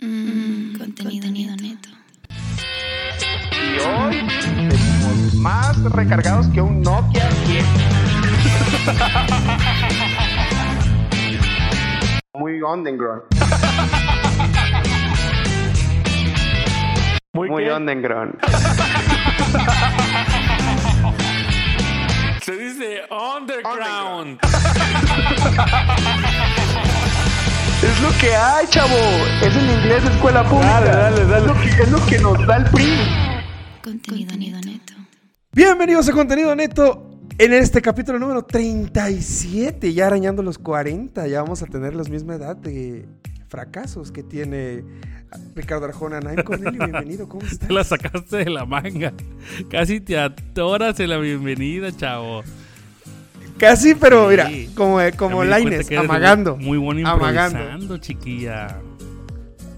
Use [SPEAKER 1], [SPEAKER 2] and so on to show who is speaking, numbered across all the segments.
[SPEAKER 1] Mm, Contenido, Contenido neto.
[SPEAKER 2] Y hoy tenemos más recargados que un Nokia 10. Muy underground.
[SPEAKER 3] Muy,
[SPEAKER 2] Muy
[SPEAKER 3] qué?
[SPEAKER 2] underground.
[SPEAKER 3] Se dice underground.
[SPEAKER 2] Es lo que hay, chavo. Es en inglés escuela pública.
[SPEAKER 3] Dale, dale, dale.
[SPEAKER 2] Es lo que, es lo que nos da el PRI.
[SPEAKER 1] Contenido, neto.
[SPEAKER 4] Bienvenidos a Contenido Neto en este capítulo número 37, ya arañando los 40, ya vamos a tener la misma edad de fracasos que tiene Ricardo Arjona. Naim Cornelio, bienvenido, ¿cómo estás?
[SPEAKER 5] Te la sacaste de la manga. Casi te atoras en la bienvenida, chavo.
[SPEAKER 4] Casi, pero mira,
[SPEAKER 5] Sí.
[SPEAKER 4] como, como
[SPEAKER 5] Ya me di cuenta
[SPEAKER 4] Laines,
[SPEAKER 5] que eres
[SPEAKER 4] amagando.
[SPEAKER 5] Muy, muy bueno
[SPEAKER 4] amagando.
[SPEAKER 5] improvisando, chiquilla.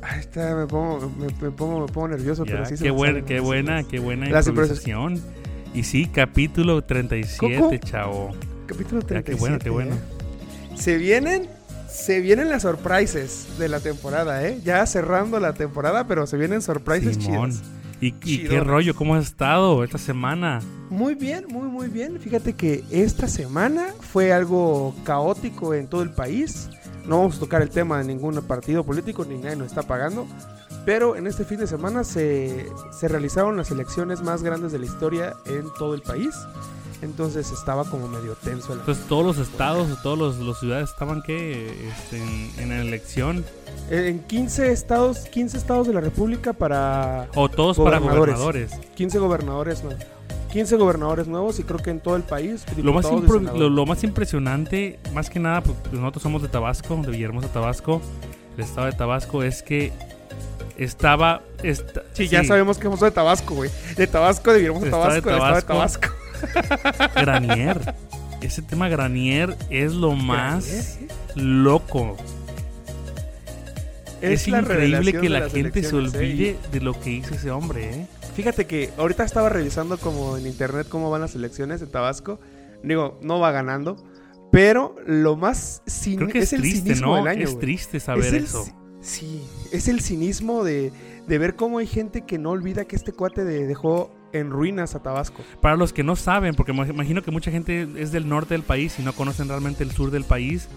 [SPEAKER 4] Ahí está, me pongo, me, me pongo, me pongo nervioso,
[SPEAKER 5] Ya,
[SPEAKER 4] pero sí se
[SPEAKER 5] qué,
[SPEAKER 4] me
[SPEAKER 5] buen-
[SPEAKER 4] sale,
[SPEAKER 5] qué
[SPEAKER 4] se me
[SPEAKER 5] buena,
[SPEAKER 4] sale.
[SPEAKER 5] qué buena
[SPEAKER 4] Las improvisaciones.
[SPEAKER 5] improvisación. Y sí, capítulo 37,
[SPEAKER 4] Cucú.
[SPEAKER 5] chavo.
[SPEAKER 4] Capítulo
[SPEAKER 5] Ya,
[SPEAKER 4] 37.
[SPEAKER 5] qué bueno, qué bueno.
[SPEAKER 4] ¿eh? Se vienen, se vienen las surprises de la temporada, ¿eh? Ya cerrando la temporada, pero se vienen surprises
[SPEAKER 5] Simón.
[SPEAKER 4] chidas.
[SPEAKER 5] ¿Y, y qué
[SPEAKER 4] Chidonas.
[SPEAKER 5] rollo? ¿Cómo has estado esta semana?
[SPEAKER 4] Muy bien, muy, muy bien. Fíjate que esta semana fue algo caótico en todo el país. No vamos a tocar el tema de ningún partido político, ni nadie nos está pagando. Pero en este fin de semana se, se realizaron las elecciones más grandes de la historia en todo el país. Entonces estaba como medio tenso el
[SPEAKER 5] Entonces, todos los estados, o todas las ciudades estaban que en, en elección. Pues-
[SPEAKER 4] En 15 estados, 15 estados de la República para
[SPEAKER 5] O todos
[SPEAKER 4] Gobernadores.
[SPEAKER 5] para gobernadores.
[SPEAKER 4] 15 gobernadores nuevos. 15 gobernadores nuevos y creo que en todo el país.
[SPEAKER 5] Lo más,
[SPEAKER 4] diputados y
[SPEAKER 5] impro-
[SPEAKER 4] senadores.
[SPEAKER 5] lo, lo más impresionante, más que nada, pues, nosotros somos de Tabasco, de Villahermosa, Tabasco, el estado de Tabasco, es que estaba... esta-
[SPEAKER 4] Sí, ya sabemos que somos de Tabasco, güey. De Tabasco, de Villahermosa,
[SPEAKER 5] Estado de
[SPEAKER 4] Tabasco, del estado de
[SPEAKER 5] Tabasco.
[SPEAKER 4] Tabasco.
[SPEAKER 5] Granier. Ese tema Granier es lo más loco. Es,
[SPEAKER 4] la
[SPEAKER 5] increíble
[SPEAKER 4] revelación
[SPEAKER 5] que
[SPEAKER 4] de
[SPEAKER 5] la
[SPEAKER 4] las
[SPEAKER 5] gente se
[SPEAKER 4] elecciones, ¿eh?
[SPEAKER 5] olvide de lo que hizo ese hombre, ¿eh?
[SPEAKER 4] Y Fíjate que ahorita estaba revisando como en internet cómo van las elecciones de Tabasco. Digo, no va ganando. Pero lo más cin-
[SPEAKER 5] Creo que
[SPEAKER 4] es,
[SPEAKER 5] es,
[SPEAKER 4] el
[SPEAKER 5] triste,
[SPEAKER 4] cinismo
[SPEAKER 5] ¿no?
[SPEAKER 4] del año.
[SPEAKER 5] es
[SPEAKER 4] güey.
[SPEAKER 5] triste saber
[SPEAKER 4] Es el
[SPEAKER 5] eso.
[SPEAKER 4] ci- Sí, es el cinismo de, de ver cómo hay gente que no olvida que este cuate de- dejó en ruinas a Tabasco.
[SPEAKER 5] Para los que no saben, porque me imagino que mucha gente es del norte del país y no conocen realmente el sur del país,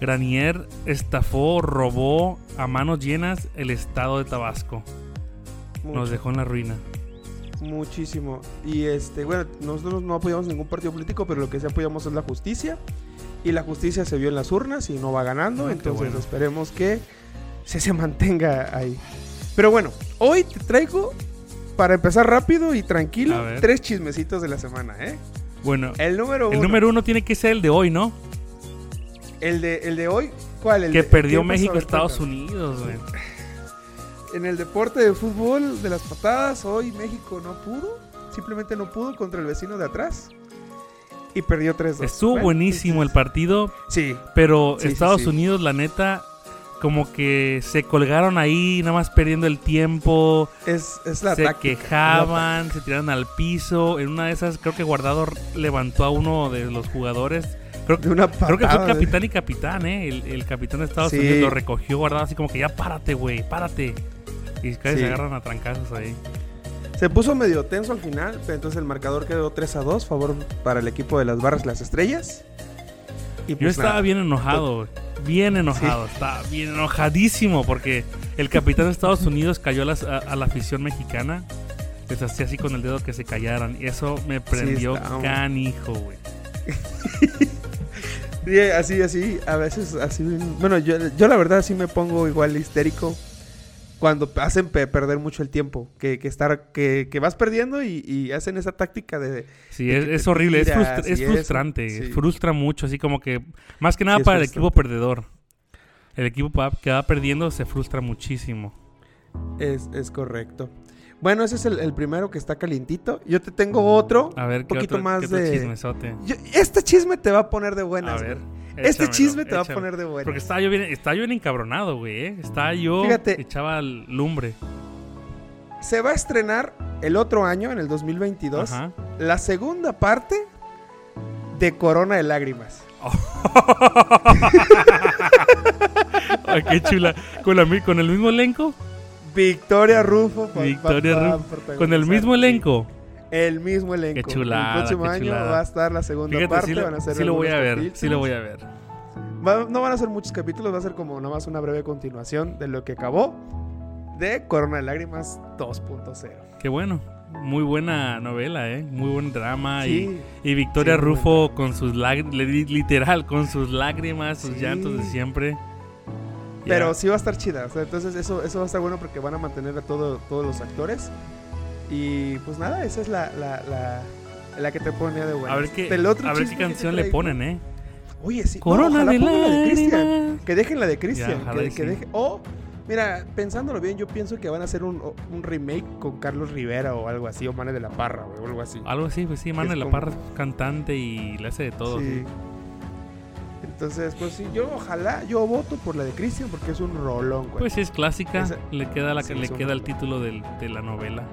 [SPEAKER 5] Granier estafó, robó a manos llenas el estado de Tabasco.
[SPEAKER 4] Mucho,
[SPEAKER 5] Nos dejó en la ruina.
[SPEAKER 4] Muchísimo. Y este, bueno, nosotros no apoyamos ningún partido político, pero lo que sí apoyamos es la justicia. Y la justicia se vio en las urnas y no va ganando.
[SPEAKER 5] Ah, qué
[SPEAKER 4] entonces
[SPEAKER 5] bueno.
[SPEAKER 4] esperemos que se, se mantenga ahí. Pero bueno, hoy te traigo, para empezar rápido y
[SPEAKER 5] A
[SPEAKER 4] tranquilo,
[SPEAKER 5] ver.
[SPEAKER 4] tres chismecitos de la semana, ¿eh?
[SPEAKER 5] Bueno,
[SPEAKER 4] El número uno.
[SPEAKER 5] el número uno tiene que ser el de hoy, ¿no?
[SPEAKER 4] El de, el de hoy, ¿cuál? El
[SPEAKER 5] Que
[SPEAKER 4] de-
[SPEAKER 5] perdió
[SPEAKER 4] ¿qué pasó? A
[SPEAKER 5] México
[SPEAKER 4] ver,
[SPEAKER 5] Estados
[SPEAKER 4] cuéntame.
[SPEAKER 5] Unidos, güey.
[SPEAKER 4] En el deporte de fútbol de las patadas, hoy México no pudo, simplemente no pudo contra el vecino de atrás y perdió 3-2.
[SPEAKER 5] Estuvo
[SPEAKER 4] Bueno,
[SPEAKER 5] buenísimo el partido,
[SPEAKER 4] Sí,
[SPEAKER 5] pero
[SPEAKER 4] Sí, sí,
[SPEAKER 5] Estados
[SPEAKER 4] sí.
[SPEAKER 5] Unidos, la neta, como que se colgaron ahí, nada más perdiendo el tiempo.
[SPEAKER 4] es, es la
[SPEAKER 5] se
[SPEAKER 4] táctica,
[SPEAKER 5] quejaban, se tiraron al piso. En una de esas, creo que Guardado r- levantó a uno de los jugadores. Creo,
[SPEAKER 4] De una
[SPEAKER 5] creo que fue
[SPEAKER 4] patada,
[SPEAKER 5] capitán y capitán, ¿eh? El, el capitán de Estados
[SPEAKER 4] Sí.
[SPEAKER 5] Unidos lo recogió Guardado así como que ya párate, güey, párate. Y casi
[SPEAKER 4] Sí.
[SPEAKER 5] se agarran a trancazos ahí.
[SPEAKER 4] Se puso medio tenso al final, pero entonces el marcador quedó 3-2, favor para el equipo de las barras las estrellas. Y
[SPEAKER 5] Yo
[SPEAKER 4] pues
[SPEAKER 5] estaba
[SPEAKER 4] nada.
[SPEAKER 5] bien enojado, güey. Bien enojado, estaba bien enojadísimo porque el capitán de Estados Unidos cayó a, las- a- a la afición mexicana. Les hacía así con el dedo que se callaran. Y eso me prendió
[SPEAKER 4] estábamos.
[SPEAKER 5] canijo, güey.
[SPEAKER 4] Sí, así, así, a veces así. Bueno, yo, yo la verdad sí me pongo igual histérico cuando hacen pe- perder mucho el tiempo. Que, que estar, que, que vas perdiendo y, y hacen esa táctica de.
[SPEAKER 5] Sí,
[SPEAKER 4] de
[SPEAKER 5] es,
[SPEAKER 4] que
[SPEAKER 5] es
[SPEAKER 4] te
[SPEAKER 5] horrible, es,
[SPEAKER 4] tiras
[SPEAKER 5] frustra-
[SPEAKER 4] y
[SPEAKER 5] es
[SPEAKER 4] eso,
[SPEAKER 5] frustrante,
[SPEAKER 4] sí.
[SPEAKER 5] frustra mucho, así como que más que nada
[SPEAKER 4] Sí, es
[SPEAKER 5] para el
[SPEAKER 4] frustrante.
[SPEAKER 5] equipo perdedor. El equipo pa- que va perdiendo se frustra muchísimo.
[SPEAKER 4] Es, es correcto. Bueno, ese es el, el primero que está calientito. Yo te tengo otro.
[SPEAKER 5] A ver,
[SPEAKER 4] un
[SPEAKER 5] ¿qué
[SPEAKER 4] poquito
[SPEAKER 5] otro- qué
[SPEAKER 4] más
[SPEAKER 5] otro
[SPEAKER 4] de.
[SPEAKER 5] chismesote?
[SPEAKER 4] Yo- este chisme te va a poner de
[SPEAKER 5] A
[SPEAKER 4] buenas.
[SPEAKER 5] ver.
[SPEAKER 4] güey. este
[SPEAKER 5] échamelo,
[SPEAKER 4] chisme te va a
[SPEAKER 5] échamelo.
[SPEAKER 4] poner de buenas.
[SPEAKER 5] Porque estaba yo bien, estaba yo bien encabronado, güey. eh. Estaba yo
[SPEAKER 4] Fíjate.
[SPEAKER 5] echaba lumbre.
[SPEAKER 4] Se va a estrenar el otro año, en el 2022,
[SPEAKER 5] Ajá.
[SPEAKER 4] la segunda parte de Corona de Lágrimas.
[SPEAKER 5] Ay, qué chula. Con, la mi- con el mismo elenco.
[SPEAKER 4] Victoria Rufo. pa- pa-
[SPEAKER 5] Victoria
[SPEAKER 4] pa-
[SPEAKER 5] Rufo.
[SPEAKER 4] protagonizar.
[SPEAKER 5] Con el mismo elenco.
[SPEAKER 4] El mismo elenco.
[SPEAKER 5] Qué chulada,
[SPEAKER 4] El próximo
[SPEAKER 5] qué
[SPEAKER 4] año
[SPEAKER 5] chulada.
[SPEAKER 4] va a estar la segunda
[SPEAKER 5] Fíjate,
[SPEAKER 4] parte.
[SPEAKER 5] sí,
[SPEAKER 4] van a
[SPEAKER 5] lo,
[SPEAKER 4] ser
[SPEAKER 5] sí lo voy a
[SPEAKER 4] algunos
[SPEAKER 5] ver. Sí lo
[SPEAKER 4] capítulos.
[SPEAKER 5] voy a ver.
[SPEAKER 4] Va- no van a ser muchos capítulos, va a ser como nada más una breve continuación de lo que acabó de Corona de Lágrimas 2.0.
[SPEAKER 5] Qué bueno. Muy buena novela, ¿eh? Muy buen drama.
[SPEAKER 4] Sí.
[SPEAKER 5] Y, y Victoria
[SPEAKER 4] Sí, muy
[SPEAKER 5] Rufo con sus lágrimas, literal, con sus lágrimas, sus
[SPEAKER 4] Sí.
[SPEAKER 5] llantos de siempre. Ya.
[SPEAKER 4] Pero sí va a estar chida. o sea, entonces eso, eso va a estar bueno porque van a mantener a todo, todos los actores. Y pues nada, esa es la, la, la, la que te pone de buenas.
[SPEAKER 5] a ver qué,
[SPEAKER 4] Del otro
[SPEAKER 5] a ver
[SPEAKER 4] chisme
[SPEAKER 5] qué
[SPEAKER 4] que te
[SPEAKER 5] canción le
[SPEAKER 4] traigo-
[SPEAKER 5] ponen, ¿eh?
[SPEAKER 4] Oye, sí. no,
[SPEAKER 5] Corona
[SPEAKER 4] ojalá
[SPEAKER 5] de
[SPEAKER 4] pongan la de Cristian.
[SPEAKER 5] lágrimas.
[SPEAKER 4] Que dejen la de Cristian.
[SPEAKER 5] ojalá
[SPEAKER 4] que,
[SPEAKER 5] y
[SPEAKER 4] que
[SPEAKER 5] sí.
[SPEAKER 4] deje- O, mira, pensándolo bien, yo pienso que van a hacer un, un remake con Carlos Rivera o algo así, o Mane de la Parra, güey, o algo así.
[SPEAKER 5] Algo así, pues sí, Manuel
[SPEAKER 4] Es
[SPEAKER 5] La
[SPEAKER 4] como-
[SPEAKER 5] Parra es cantante y le hace de todo.
[SPEAKER 4] Sí. Entonces, pues sí, yo ojalá, yo voto por la de Cristian porque es un rolón, güey.
[SPEAKER 5] Pues sí, es clásica.
[SPEAKER 4] Esa-
[SPEAKER 5] le queda, la,
[SPEAKER 4] sí,
[SPEAKER 5] le
[SPEAKER 4] es un
[SPEAKER 5] queda el
[SPEAKER 4] nombre.
[SPEAKER 5] título del- de la novela.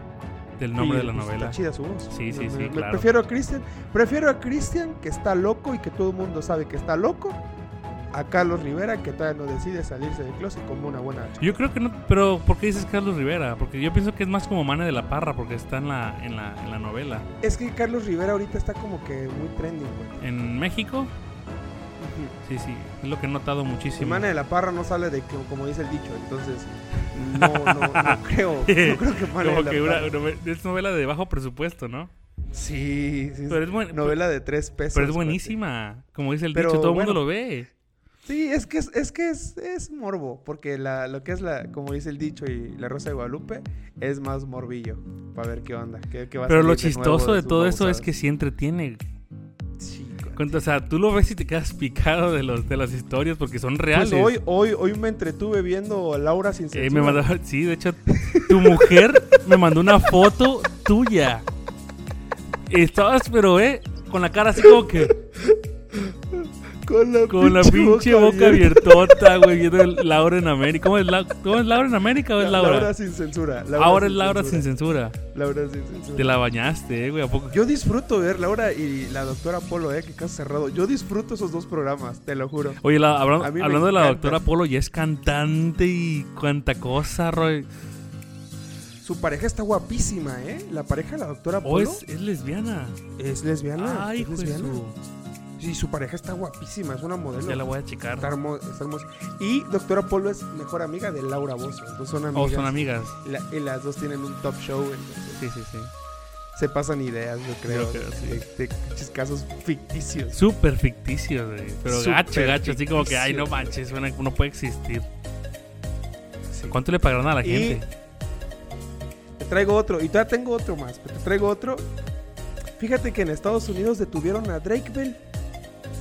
[SPEAKER 5] Del nombre
[SPEAKER 4] Y,
[SPEAKER 5] de la
[SPEAKER 4] pues,
[SPEAKER 5] novela.
[SPEAKER 4] Está chida su voz.
[SPEAKER 5] Sí, sí,
[SPEAKER 4] Me-
[SPEAKER 5] sí,
[SPEAKER 4] me- me
[SPEAKER 5] claro.
[SPEAKER 4] Prefiero a Cristian, prefiero a Cristian que está loco y que todo el mundo sabe que está loco, a Carlos Rivera que todavía no decide salirse del closet como una buena
[SPEAKER 5] Yo creo que no, pero ¿por qué dices Carlos Rivera? Porque yo pienso que es más como Mane de la Parra, porque está en la, en la, en la novela.
[SPEAKER 4] Es que Carlos Rivera ahorita está como que muy trending, güey.
[SPEAKER 5] En México, sí, sí, es lo que he notado
[SPEAKER 4] Si
[SPEAKER 5] muchísimo.
[SPEAKER 4] Mana de la Parra no sale de que- como dice el dicho, entonces no, no, no creo, no creo que Mana de
[SPEAKER 5] Como
[SPEAKER 4] la
[SPEAKER 5] que una-
[SPEAKER 4] Parra.
[SPEAKER 5] una- es novela de bajo presupuesto, ¿no?
[SPEAKER 4] Sí, sí,
[SPEAKER 5] Pero es, buen-
[SPEAKER 4] novela de tres pesos.
[SPEAKER 5] pero es
[SPEAKER 4] cuate.
[SPEAKER 5] buenísima, como dice el
[SPEAKER 4] Pero
[SPEAKER 5] dicho, todo el
[SPEAKER 4] bueno.
[SPEAKER 5] mundo lo ve.
[SPEAKER 4] Sí, es que es, es que es, es morbo, porque la, lo que es la, como dice el dicho y la Rosa de Guadalupe, es más morbillo, para ver qué onda, qué, qué va a
[SPEAKER 5] Pero lo
[SPEAKER 4] salir nuevo
[SPEAKER 5] chistoso de
[SPEAKER 4] sus
[SPEAKER 5] todo eso es
[SPEAKER 4] babosadas.
[SPEAKER 5] que sí entretiene.
[SPEAKER 4] Sí, cuate.
[SPEAKER 5] Cuando- O sea, tú lo ves y te quedas picado de, los, de las historias porque son reales.
[SPEAKER 4] Pues hoy, hoy, hoy me entretuve viendo a Laura sin
[SPEAKER 5] Eh,
[SPEAKER 4] censura.
[SPEAKER 5] me mandaba- sí, de hecho, tu mujer me mandó una foto tuya. Estabas, pero, eh, con la cara así como que,
[SPEAKER 4] con la
[SPEAKER 5] con la pinche boca abiertota, güey, viendo el Laura en América. ¿Cómo es, la, cómo es Laura en América o es
[SPEAKER 4] La-
[SPEAKER 5] Laura?
[SPEAKER 4] sin censura.
[SPEAKER 5] Ahora es Laura sin censura.
[SPEAKER 4] Laura sin censura.
[SPEAKER 5] Te la bañaste, eh, güey, ¿a poco?
[SPEAKER 4] Yo disfruto ver Laura y la doctora Polo, eh, que caso cerrado. Yo disfruto esos dos programas, te lo juro.
[SPEAKER 5] Oye, la- hablan-
[SPEAKER 4] A mí me
[SPEAKER 5] hablando de la
[SPEAKER 4] encanta.
[SPEAKER 5] doctora Polo, ya es cantante y cuánta cosa, Roy.
[SPEAKER 4] Su pareja está guapísima, eh. La pareja de la doctora
[SPEAKER 5] ¿O
[SPEAKER 4] Polo
[SPEAKER 5] Oh, es, es lesbiana?
[SPEAKER 4] es lesbiana.
[SPEAKER 5] Ay,
[SPEAKER 4] es
[SPEAKER 5] pues,
[SPEAKER 4] lesbiana. Sí, su pareja está guapísima, es una modelo.
[SPEAKER 5] ya la voy a
[SPEAKER 4] Está,
[SPEAKER 5] checar.
[SPEAKER 4] hermo- está hermosa. Y doctora Polo es mejor amiga de Laura Bozo. Entonces son
[SPEAKER 5] Oh,
[SPEAKER 4] amigas.
[SPEAKER 5] son amigas.
[SPEAKER 4] La- y las dos tienen un top show, entonces
[SPEAKER 5] Sí, sí, sí.
[SPEAKER 4] se pasan ideas, yo creo.
[SPEAKER 5] Yo creo, sí.
[SPEAKER 4] de, de pinches casos ficticios.
[SPEAKER 5] Súper ficticio, güey. Pero
[SPEAKER 4] Súper
[SPEAKER 5] gacho, gacho. Así como que, ay, no
[SPEAKER 4] ficticio.
[SPEAKER 5] manches, suena que no puede existir.
[SPEAKER 4] Sí.
[SPEAKER 5] ¿Cuánto le pagaron a la
[SPEAKER 4] Y-
[SPEAKER 5] gente?
[SPEAKER 4] Te traigo otro, y todavía tengo otro más, pero te traigo otro. Fíjate que en Estados Unidos detuvieron a Drake Bell.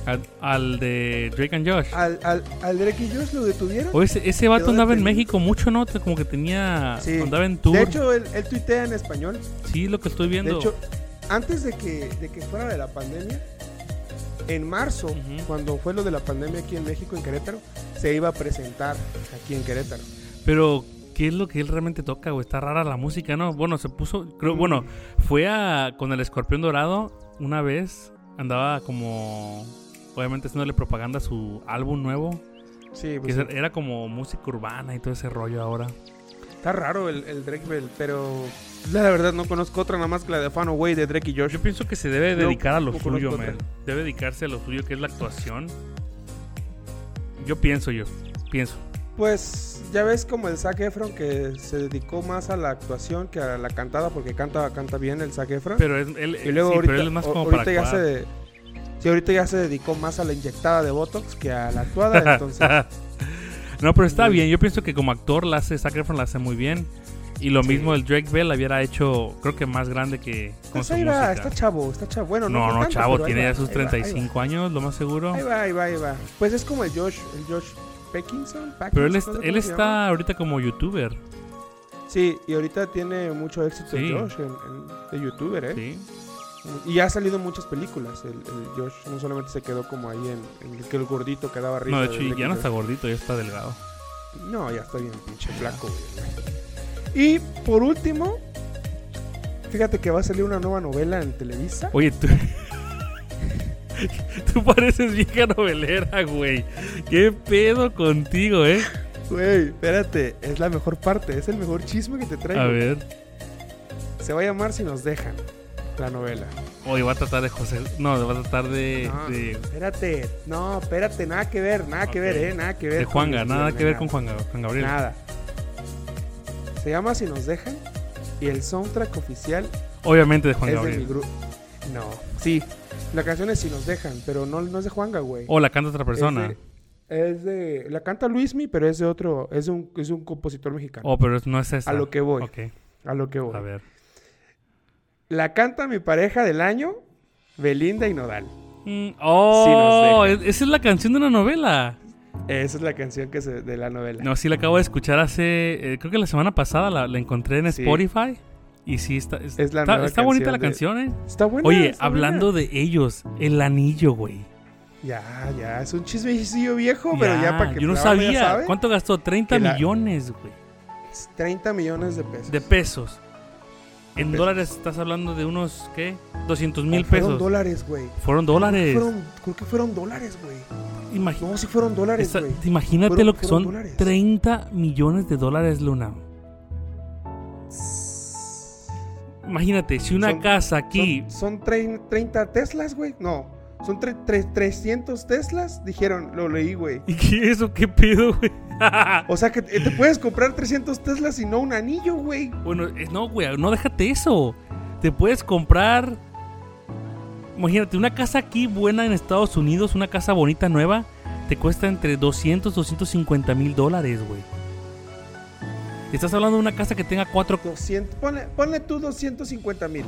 [SPEAKER 5] Al, al de Drake and Josh.
[SPEAKER 4] Al, al, al Drake y Josh lo detuvieron.
[SPEAKER 5] o ese, ese vato
[SPEAKER 4] quedó
[SPEAKER 5] andaba en
[SPEAKER 4] detenido.
[SPEAKER 5] México mucho, ¿no? Como que tenía.
[SPEAKER 4] Sí.
[SPEAKER 5] Andaba en tour.
[SPEAKER 4] De hecho, él, él tuitea en español.
[SPEAKER 5] sí, lo que estoy viendo.
[SPEAKER 4] De hecho, antes de que, de que fuera de la pandemia, en marzo,
[SPEAKER 5] Ujú.
[SPEAKER 4] cuando fue lo de la pandemia aquí en México, en Querétaro, se iba a presentar aquí en Querétaro.
[SPEAKER 5] Pero, ¿qué es lo que él realmente toca, güey? Está rara la música, ¿no? Bueno, se puso. Creo, Bueno, fue a. Con el escorpión dorado una vez. Andaba como. Obviamente haciéndole propaganda a su álbum nuevo.
[SPEAKER 4] Sí,
[SPEAKER 5] Que
[SPEAKER 4] pues,
[SPEAKER 5] era- era como música urbana y todo ese rollo ahora.
[SPEAKER 4] está raro el, el Drake Bell, pero la verdad no conozco otra nada más que la de Fan Away de Drake y Josh.
[SPEAKER 5] Yo pienso que se debe
[SPEAKER 4] No,
[SPEAKER 5] dedicar a lo
[SPEAKER 4] no conozco
[SPEAKER 5] suyo,
[SPEAKER 4] otra.
[SPEAKER 5] man. Debe dedicarse a lo suyo, que es la actuación. Yo pienso, yo. Pienso.
[SPEAKER 4] Pues ya ves como el Zac Efron que se dedicó más a la actuación que a la cantada porque canta canta bien el Zac Efron.
[SPEAKER 5] Pero es- él,
[SPEAKER 4] Ah. y luego
[SPEAKER 5] Eh, sí,
[SPEAKER 4] ahorita,
[SPEAKER 5] pero él es más
[SPEAKER 4] o-
[SPEAKER 5] como
[SPEAKER 4] ahorita
[SPEAKER 5] para
[SPEAKER 4] ya
[SPEAKER 5] actuar.
[SPEAKER 4] se sí, ahorita ya se dedicó más a la inyectada de Botox que a la actuada, entonces
[SPEAKER 5] no, pero está bien. Yo pienso que como actor la hace, Zac Efron la hace muy bien. Y lo mismo el Drake Bell la hubiera hecho, creo que más grande que con
[SPEAKER 4] pues
[SPEAKER 5] su
[SPEAKER 4] ahí va,
[SPEAKER 5] música.
[SPEAKER 4] está chavo, está chavo. Bueno,
[SPEAKER 5] no,
[SPEAKER 4] no,
[SPEAKER 5] no,
[SPEAKER 4] tanto,
[SPEAKER 5] chavo,
[SPEAKER 4] pero ahí
[SPEAKER 5] tiene
[SPEAKER 4] va,
[SPEAKER 5] ya sus
[SPEAKER 4] ahí va, ahí va.
[SPEAKER 5] 35 años, lo más seguro.
[SPEAKER 4] Ahí va, ahí va, ahí va. Pues es como el Josh, el Josh Peckinson.
[SPEAKER 5] Pero él, es-
[SPEAKER 4] Packinson, no sé
[SPEAKER 5] él
[SPEAKER 4] cómo se llama.
[SPEAKER 5] está ahorita como youtuber,
[SPEAKER 4] Sí, y ahorita tiene mucho éxito
[SPEAKER 5] Sí.
[SPEAKER 4] el Josh en- en- de youtuber, ¿eh?
[SPEAKER 5] ¿sí?
[SPEAKER 4] Y ha salido en muchas películas. El, el Josh no solamente se quedó como ahí en, en el que el gordito quedaba arriba.
[SPEAKER 5] No, de hecho,
[SPEAKER 4] del-
[SPEAKER 5] ya no está gordito, ya está delgado.
[SPEAKER 4] No, ya está bien pinche flaco, güey. Y por último, fíjate que va a salir una nueva novela en Televisa.
[SPEAKER 5] Oye, tú. tú pareces vieja novelera, güey. ¿Qué pedo contigo, eh?
[SPEAKER 4] Güey, espérate, es la mejor parte, es el mejor chisme que te traigo.
[SPEAKER 5] A ver.
[SPEAKER 4] Se va a llamar Si nos dejan la novela.
[SPEAKER 5] Hoy va a tratar de José. No, va a tratar de.
[SPEAKER 4] no,
[SPEAKER 5] de,
[SPEAKER 4] espérate, no, espérate, nada que ver, nada que
[SPEAKER 5] Ok.
[SPEAKER 4] ver, eh, nada que ver.
[SPEAKER 5] de
[SPEAKER 4] con
[SPEAKER 5] Juanga,
[SPEAKER 4] los
[SPEAKER 5] nada
[SPEAKER 4] chismes,
[SPEAKER 5] que ver con Juan, Juan Gabriel.
[SPEAKER 4] Nada. Se llama Si nos dejan y el soundtrack oficial
[SPEAKER 5] Obviamente de Juan
[SPEAKER 4] es de mi
[SPEAKER 5] Gabriel.
[SPEAKER 4] grupo. No, sí, la canción es Si nos dejan, pero no, no es de Juanga, güey.
[SPEAKER 5] O Oh, la canta otra persona.
[SPEAKER 4] Es de, es de- la canta Luismi, pero es de otro, es de un, es de un compositor mexicano.
[SPEAKER 5] Oh, pero no es esa.
[SPEAKER 4] A lo que voy.
[SPEAKER 5] Ok,
[SPEAKER 4] A lo que voy.
[SPEAKER 5] a ver.
[SPEAKER 4] La canta mi pareja del año, Belinda y Nodal.
[SPEAKER 5] Mm, oh,
[SPEAKER 4] dejan.
[SPEAKER 5] es- esa es la canción de una novela.
[SPEAKER 4] Esa es la canción que se, de la novela.
[SPEAKER 5] No, sí la acabo de escuchar hace. eh, creo que la semana pasada la, la encontré en
[SPEAKER 4] Sí.
[SPEAKER 5] Spotify. Y sí, está, es-
[SPEAKER 4] Es la
[SPEAKER 5] está,
[SPEAKER 4] nueva
[SPEAKER 5] está bonita la
[SPEAKER 4] canción
[SPEAKER 5] canción, ¿eh?
[SPEAKER 4] Está buena.
[SPEAKER 5] Oye,
[SPEAKER 4] está
[SPEAKER 5] hablando de ellos, el anillo, güey.
[SPEAKER 4] buena. Ya, ya, es un chismecillo viejo, pero ya para que
[SPEAKER 5] yo no
[SPEAKER 4] la banda ya
[SPEAKER 5] sabía.
[SPEAKER 4] sabe,
[SPEAKER 5] ¿Cuánto gastó? 30
[SPEAKER 4] Que la-
[SPEAKER 5] millones, güey.
[SPEAKER 4] 30 millones de pesos.
[SPEAKER 5] De pesos. En
[SPEAKER 4] pesos.
[SPEAKER 5] dólares estás hablando de unos, ¿qué? 200 mil
[SPEAKER 4] Ah, Fueron
[SPEAKER 5] pesos.
[SPEAKER 4] dólares, güey.
[SPEAKER 5] Fueron dólares.
[SPEAKER 4] Fueron, creo que fueron dólares, güey.
[SPEAKER 5] Imagi-
[SPEAKER 4] No, sí fueron dólares,
[SPEAKER 5] esa-
[SPEAKER 4] güey.
[SPEAKER 5] imagínate
[SPEAKER 4] Fueron-
[SPEAKER 5] lo que
[SPEAKER 4] fueron
[SPEAKER 5] son
[SPEAKER 4] dólares.
[SPEAKER 5] 30 millones de dólares, Luna. Imagínate, si una
[SPEAKER 4] Son-
[SPEAKER 5] casa aquí.
[SPEAKER 4] Son, son trein- 30 Teslas, güey. No, son tre- tre- 300 Teslas, dijeron, lo leí, güey.
[SPEAKER 5] ¿Y qué eso? ¿Qué pedo, güey?
[SPEAKER 4] O sea que eh, te te puedes comprar 300 Teslas y no un anillo, güey.
[SPEAKER 5] Bueno, es- no, güey, no déjate eso. Te puedes comprar. Imagínate, una casa aquí buena en Estados Unidos, una casa bonita nueva, te cuesta entre 200 250 mil dólares, güey. Estás hablando de una casa que tenga cuatro.
[SPEAKER 4] 200, ponle, ponle tú 250 mil.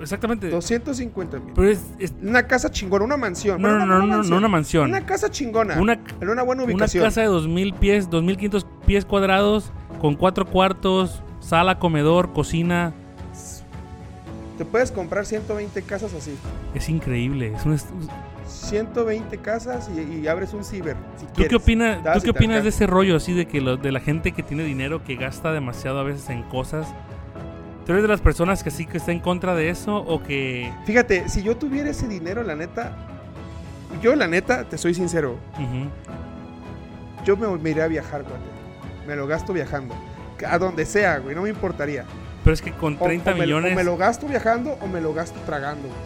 [SPEAKER 5] Exactamente.
[SPEAKER 4] 250 mil.
[SPEAKER 5] Pero es. es-
[SPEAKER 4] Una casa chingona, una mansión.
[SPEAKER 5] no,
[SPEAKER 4] Bueno,
[SPEAKER 5] no, no, no, no, una mansión.
[SPEAKER 4] Una casa chingona.
[SPEAKER 5] Una-
[SPEAKER 4] en una buena
[SPEAKER 5] Una
[SPEAKER 4] ubicación.
[SPEAKER 5] casa de 2000 pies, 2500 pies cuadrados, con cuatro cuartos, sala, comedor, cocina.
[SPEAKER 4] Te puedes comprar 120 casas así.
[SPEAKER 5] Es increíble. Es un est-
[SPEAKER 4] 120 casas y, y abres un ciber. si
[SPEAKER 5] ¿Tú qué
[SPEAKER 4] quieres.
[SPEAKER 5] opinas,
[SPEAKER 4] Das
[SPEAKER 5] ¿tú
[SPEAKER 4] y
[SPEAKER 5] qué
[SPEAKER 4] te
[SPEAKER 5] opinas de
[SPEAKER 4] alcanza.
[SPEAKER 5] ese rollo así de que lo- de la gente que tiene dinero que gasta demasiado a veces en cosas? ¿Tú eres de las personas que sí que está en contra de eso o que
[SPEAKER 4] Fíjate, si yo tuviera ese dinero, la neta. Yo, la neta, te soy sincero.
[SPEAKER 5] ujú,
[SPEAKER 4] Yo me, me iré a viajar, cuate. Me lo gasto viajando. A donde sea, güey, no me importaría.
[SPEAKER 5] pero es que con
[SPEAKER 4] O-
[SPEAKER 5] 30
[SPEAKER 4] o me lo-
[SPEAKER 5] millones
[SPEAKER 4] o me lo gasto viajando o me lo gasto tragando, güey.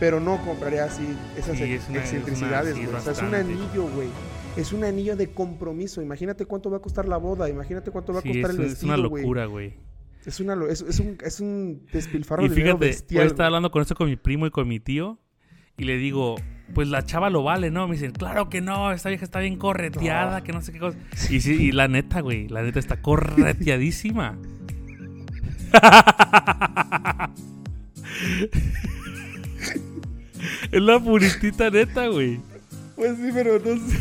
[SPEAKER 4] Pero no compraría así esas
[SPEAKER 5] Sí,
[SPEAKER 4] ex-
[SPEAKER 5] es una- es una-
[SPEAKER 4] excentricidades,
[SPEAKER 5] sí,
[SPEAKER 4] güey. O sea, es un
[SPEAKER 5] bastante.
[SPEAKER 4] anillo, güey. Es un anillo de compromiso. Imagínate cuánto va a costar la boda. Imagínate cuánto va a
[SPEAKER 5] sí,
[SPEAKER 4] costar
[SPEAKER 5] es,
[SPEAKER 4] el
[SPEAKER 5] es
[SPEAKER 4] vestido,
[SPEAKER 5] una
[SPEAKER 4] güey.
[SPEAKER 5] locura, güey.
[SPEAKER 4] Es, una lo- es, es un, es un despilfarro
[SPEAKER 5] Y
[SPEAKER 4] de dinero
[SPEAKER 5] fíjate,
[SPEAKER 4] bestial.
[SPEAKER 5] hoy estaba
[SPEAKER 4] güey.
[SPEAKER 5] hablando con esto con mi primo y con mi tío y le digo, pues la chava lo vale, ¿no? Me dicen, claro que no, esta vieja está bien correteada, que no sé qué cosa. Y sí, y la neta, güey, la neta está correteadísima. es la puritita neta, güey.
[SPEAKER 4] Pues sí, pero no sé,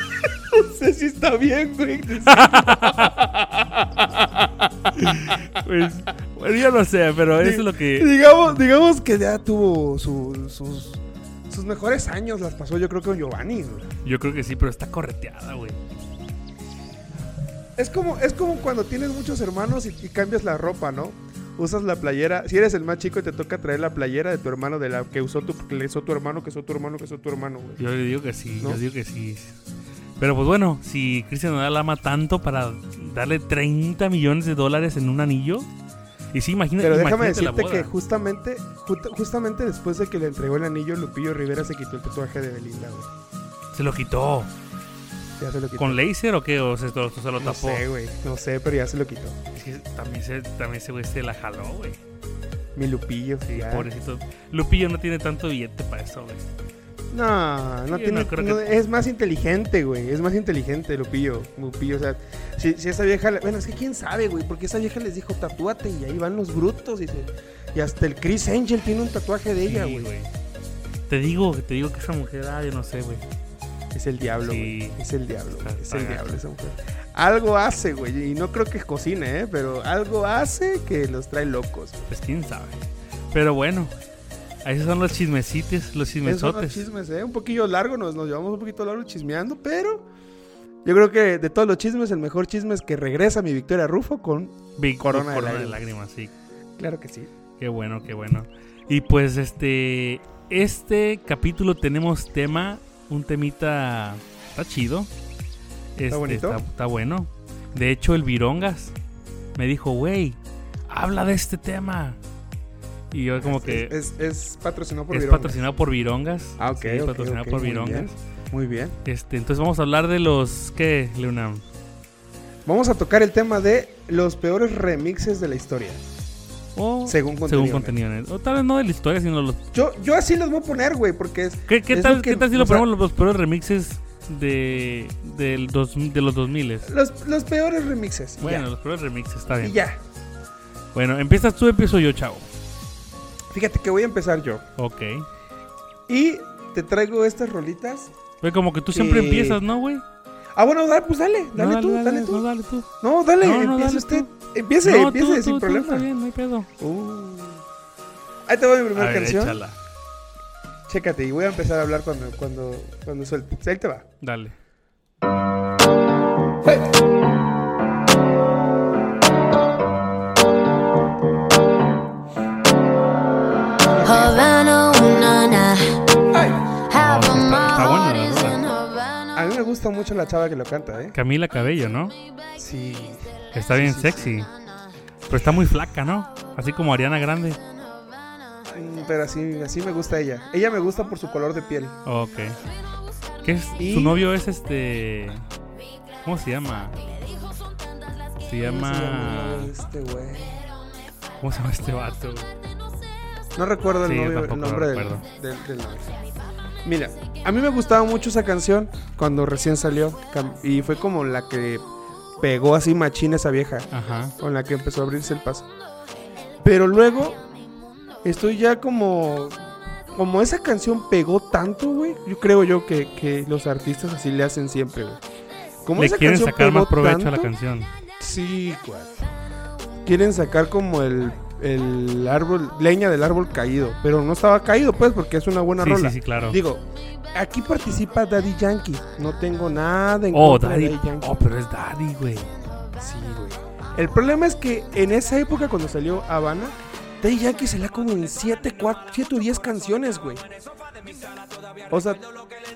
[SPEAKER 4] no sé si está bien, güey.
[SPEAKER 5] Pues, bueno, yo no sé, pero eso es lo que...
[SPEAKER 4] digamos, digamos que ya tuvo su- sus, sus mejores años. Las pasó yo creo que con Giovanni, güey.
[SPEAKER 5] Yo creo que sí, pero está correteada, güey.
[SPEAKER 4] Es como, es como cuando tienes muchos hermanos y, y cambias la ropa, ¿no? Usas la playera. Si eres el más chico, te toca traer la playera de tu hermano, de la que usó tu, que le usó tu hermano, que usó tu hermano, que usó tu hermano, güey.
[SPEAKER 5] Yo le digo que sí,
[SPEAKER 4] ¿No?
[SPEAKER 5] yo digo que sí. Pero pues bueno, si Cristian Nodal ama tanto para darle 30 millones de dólares en un anillo. Y sí, imagina-
[SPEAKER 4] Pero déjame
[SPEAKER 5] imagínate la
[SPEAKER 4] decirte
[SPEAKER 5] boda.
[SPEAKER 4] que justamente, ju- justamente después de que le entregó el anillo, Lupillo Rivera se quitó el tatuaje de Belinda, güey.
[SPEAKER 5] se lo quitó.
[SPEAKER 4] Ya se lo quitó.
[SPEAKER 5] ¿Con láser o qué? ¿O se, o se lo
[SPEAKER 4] no
[SPEAKER 5] tapó?
[SPEAKER 4] sé, güey. No sé, pero ya se lo quitó.
[SPEAKER 5] Es que también se, también se, güey, se la jaló, güey.
[SPEAKER 4] Mi Lupillo.
[SPEAKER 5] Sí,
[SPEAKER 4] ya.
[SPEAKER 5] pobrecito. Lupillo no tiene tanto billete para eso, güey.
[SPEAKER 4] No, no
[SPEAKER 5] Yo
[SPEAKER 4] tiene.
[SPEAKER 5] no creo
[SPEAKER 4] no,
[SPEAKER 5] que-
[SPEAKER 4] Es más inteligente, güey. Es más inteligente, Lupillo. Lupillo, o sea, si, si esa vieja. le- Bueno, es que quién sabe, güey. Porque esa vieja les dijo, tatúate. Y ahí van los brutos. Y, se- y hasta el Chris Angel tiene un tatuaje de ella,
[SPEAKER 5] Sí,
[SPEAKER 4] güey.
[SPEAKER 5] Te digo, te digo que esa mujer, ah, yo no sé, güey.
[SPEAKER 4] es el diablo,
[SPEAKER 5] Sí.
[SPEAKER 4] güey. Es el diablo.
[SPEAKER 5] Está-
[SPEAKER 4] es
[SPEAKER 5] está
[SPEAKER 4] el
[SPEAKER 5] gacho.
[SPEAKER 4] diablo esa mujer. Algo hace, güey. Y no creo que cocine, ¿eh? Pero algo hace que los trae locos. güey.
[SPEAKER 5] Pues quién sabe. Pero bueno, esos son los chismecites, los
[SPEAKER 4] Esos son los
[SPEAKER 5] chismesotes.
[SPEAKER 4] chismes, ¿eh? Un poquillo largo, nos, nos llevamos un poquito largo chismeando, pero yo creo que de todos los chismes, el mejor chisme es que regresa mi Victoria Rufo con
[SPEAKER 5] Big
[SPEAKER 4] Corona
[SPEAKER 5] Corona,
[SPEAKER 4] de
[SPEAKER 5] de lágrimas,
[SPEAKER 4] lágrimas.
[SPEAKER 5] sí.
[SPEAKER 4] Claro que sí.
[SPEAKER 5] Qué bueno, qué bueno. Y pues este este capítulo tenemos tema, un temita está chido. Este,
[SPEAKER 4] bonito?
[SPEAKER 5] Está, está bueno. De hecho, el Virongas me dijo, güey, habla de este tema. Y yo como que es,
[SPEAKER 4] Es, es patrocinado por Virongas.
[SPEAKER 5] patrocinado por Virongas.
[SPEAKER 4] Ah, ok.
[SPEAKER 5] Sí,
[SPEAKER 4] ok,
[SPEAKER 5] patrocinado
[SPEAKER 4] ok,
[SPEAKER 5] por
[SPEAKER 4] muy bien,
[SPEAKER 5] Virongas.
[SPEAKER 4] Muy bien.
[SPEAKER 5] Este, entonces vamos a hablar de los ¿qué, Leonam?
[SPEAKER 4] Vamos a tocar el tema de los peores remixes de la historia.
[SPEAKER 5] O
[SPEAKER 4] Según contenido.
[SPEAKER 5] según contenido. net. O tal vez no de la historia, sino los
[SPEAKER 4] Yo, yo así los voy a poner, güey, porque es.
[SPEAKER 5] ¿Qué, qué
[SPEAKER 4] es
[SPEAKER 5] tal,
[SPEAKER 4] lo que-
[SPEAKER 5] qué tal si lo
[SPEAKER 4] o sea,
[SPEAKER 5] ponemos los, los peores remixes de, del dos- de los 2000?
[SPEAKER 4] Los, los peores remixes. y
[SPEAKER 5] Bueno, los peores remixes, está
[SPEAKER 4] ya.
[SPEAKER 5] bien.
[SPEAKER 4] Y ya.
[SPEAKER 5] Bueno, empiezas tú, empiezo yo, chavo.
[SPEAKER 4] Fíjate que voy a empezar yo.
[SPEAKER 5] Ok.
[SPEAKER 4] Y te traigo estas rolitas.
[SPEAKER 5] Pues como que tú
[SPEAKER 4] Sí.
[SPEAKER 5] siempre empiezas, ¿no, güey?
[SPEAKER 4] Ah, bueno, dale, pues dale.
[SPEAKER 5] No,
[SPEAKER 4] Dale tú, dale, tú.
[SPEAKER 5] No, dale tú.
[SPEAKER 4] No, dale,
[SPEAKER 5] No, no,
[SPEAKER 4] empiece
[SPEAKER 5] dale
[SPEAKER 4] usted.
[SPEAKER 5] tú.
[SPEAKER 4] Empiece,
[SPEAKER 5] no,
[SPEAKER 4] empiece sin
[SPEAKER 5] tú,
[SPEAKER 4] problema.
[SPEAKER 5] Está bien, no hay pedo.
[SPEAKER 4] Uh. Ahí te va mi
[SPEAKER 5] A
[SPEAKER 4] primera
[SPEAKER 5] ver,
[SPEAKER 4] canción.
[SPEAKER 5] échala.
[SPEAKER 4] Chécate, y voy a empezar a hablar cuando, cuando, cuando suelte. Ahí te va.
[SPEAKER 5] Dale.
[SPEAKER 6] Havana, ooh, na, na. Half
[SPEAKER 5] Oh,
[SPEAKER 6] of
[SPEAKER 5] está-
[SPEAKER 6] my
[SPEAKER 5] está buena
[SPEAKER 6] heart
[SPEAKER 5] la
[SPEAKER 6] is
[SPEAKER 5] rola.
[SPEAKER 6] in Havana.
[SPEAKER 4] A mí me gusta mucho la chava que lo canta, ¿eh?
[SPEAKER 5] Camila Cabello, ¿no?
[SPEAKER 4] Sí.
[SPEAKER 5] Está bien sexy. Pero está muy flaca, ¿no? Así como Ariana Grande.
[SPEAKER 4] Mm, Pero así, así me gusta ella. Ella me gusta por su color de piel.
[SPEAKER 5] Ok. ¿Qué es?
[SPEAKER 4] Y-
[SPEAKER 5] Su novio es este. ¿Cómo se llama? Se
[SPEAKER 4] ¿Cómo se llama
[SPEAKER 5] llama.
[SPEAKER 4] Este güey.
[SPEAKER 5] ¿Cómo se llama este vato? güey?
[SPEAKER 4] No recuerdo el,
[SPEAKER 5] Sí, yo
[SPEAKER 4] novio- el
[SPEAKER 5] tampoco lo
[SPEAKER 4] nombre del,
[SPEAKER 5] recuerdo.
[SPEAKER 4] del- del novio. Mira, a mí me gustaba mucho esa canción cuando recién salió. cam- Y fue como la que pegó así machina esa vieja.
[SPEAKER 5] Ajá.
[SPEAKER 4] con la que empezó a abrirse el paso. Pero luego estoy ya como como esa canción pegó tanto, güey. Yo creo yo que, que los artistas así le hacen siempre, güey. Como
[SPEAKER 5] Le
[SPEAKER 4] esa
[SPEAKER 5] quieren
[SPEAKER 4] canción
[SPEAKER 5] sacar
[SPEAKER 4] pegó
[SPEAKER 5] más provecho a la
[SPEAKER 4] tanto,
[SPEAKER 5] canción.
[SPEAKER 4] Sí, güey. Quieren sacar como el, el árbol leña del árbol caído, pero no estaba caído pues porque es una buena
[SPEAKER 5] Sí,
[SPEAKER 4] rola.
[SPEAKER 5] sí, sí, claro.
[SPEAKER 4] Digo, aquí participa Daddy Yankee. No tengo nada en
[SPEAKER 5] Oh,
[SPEAKER 4] contra de
[SPEAKER 5] Daddy.
[SPEAKER 4] Daddy Yankee.
[SPEAKER 5] Oh, pero es Daddy, güey.
[SPEAKER 4] Sí, güey. El problema es que en esa época cuando salió Habana, Daddy Yankee se la como en 7 o 10 canciones, güey. O sea,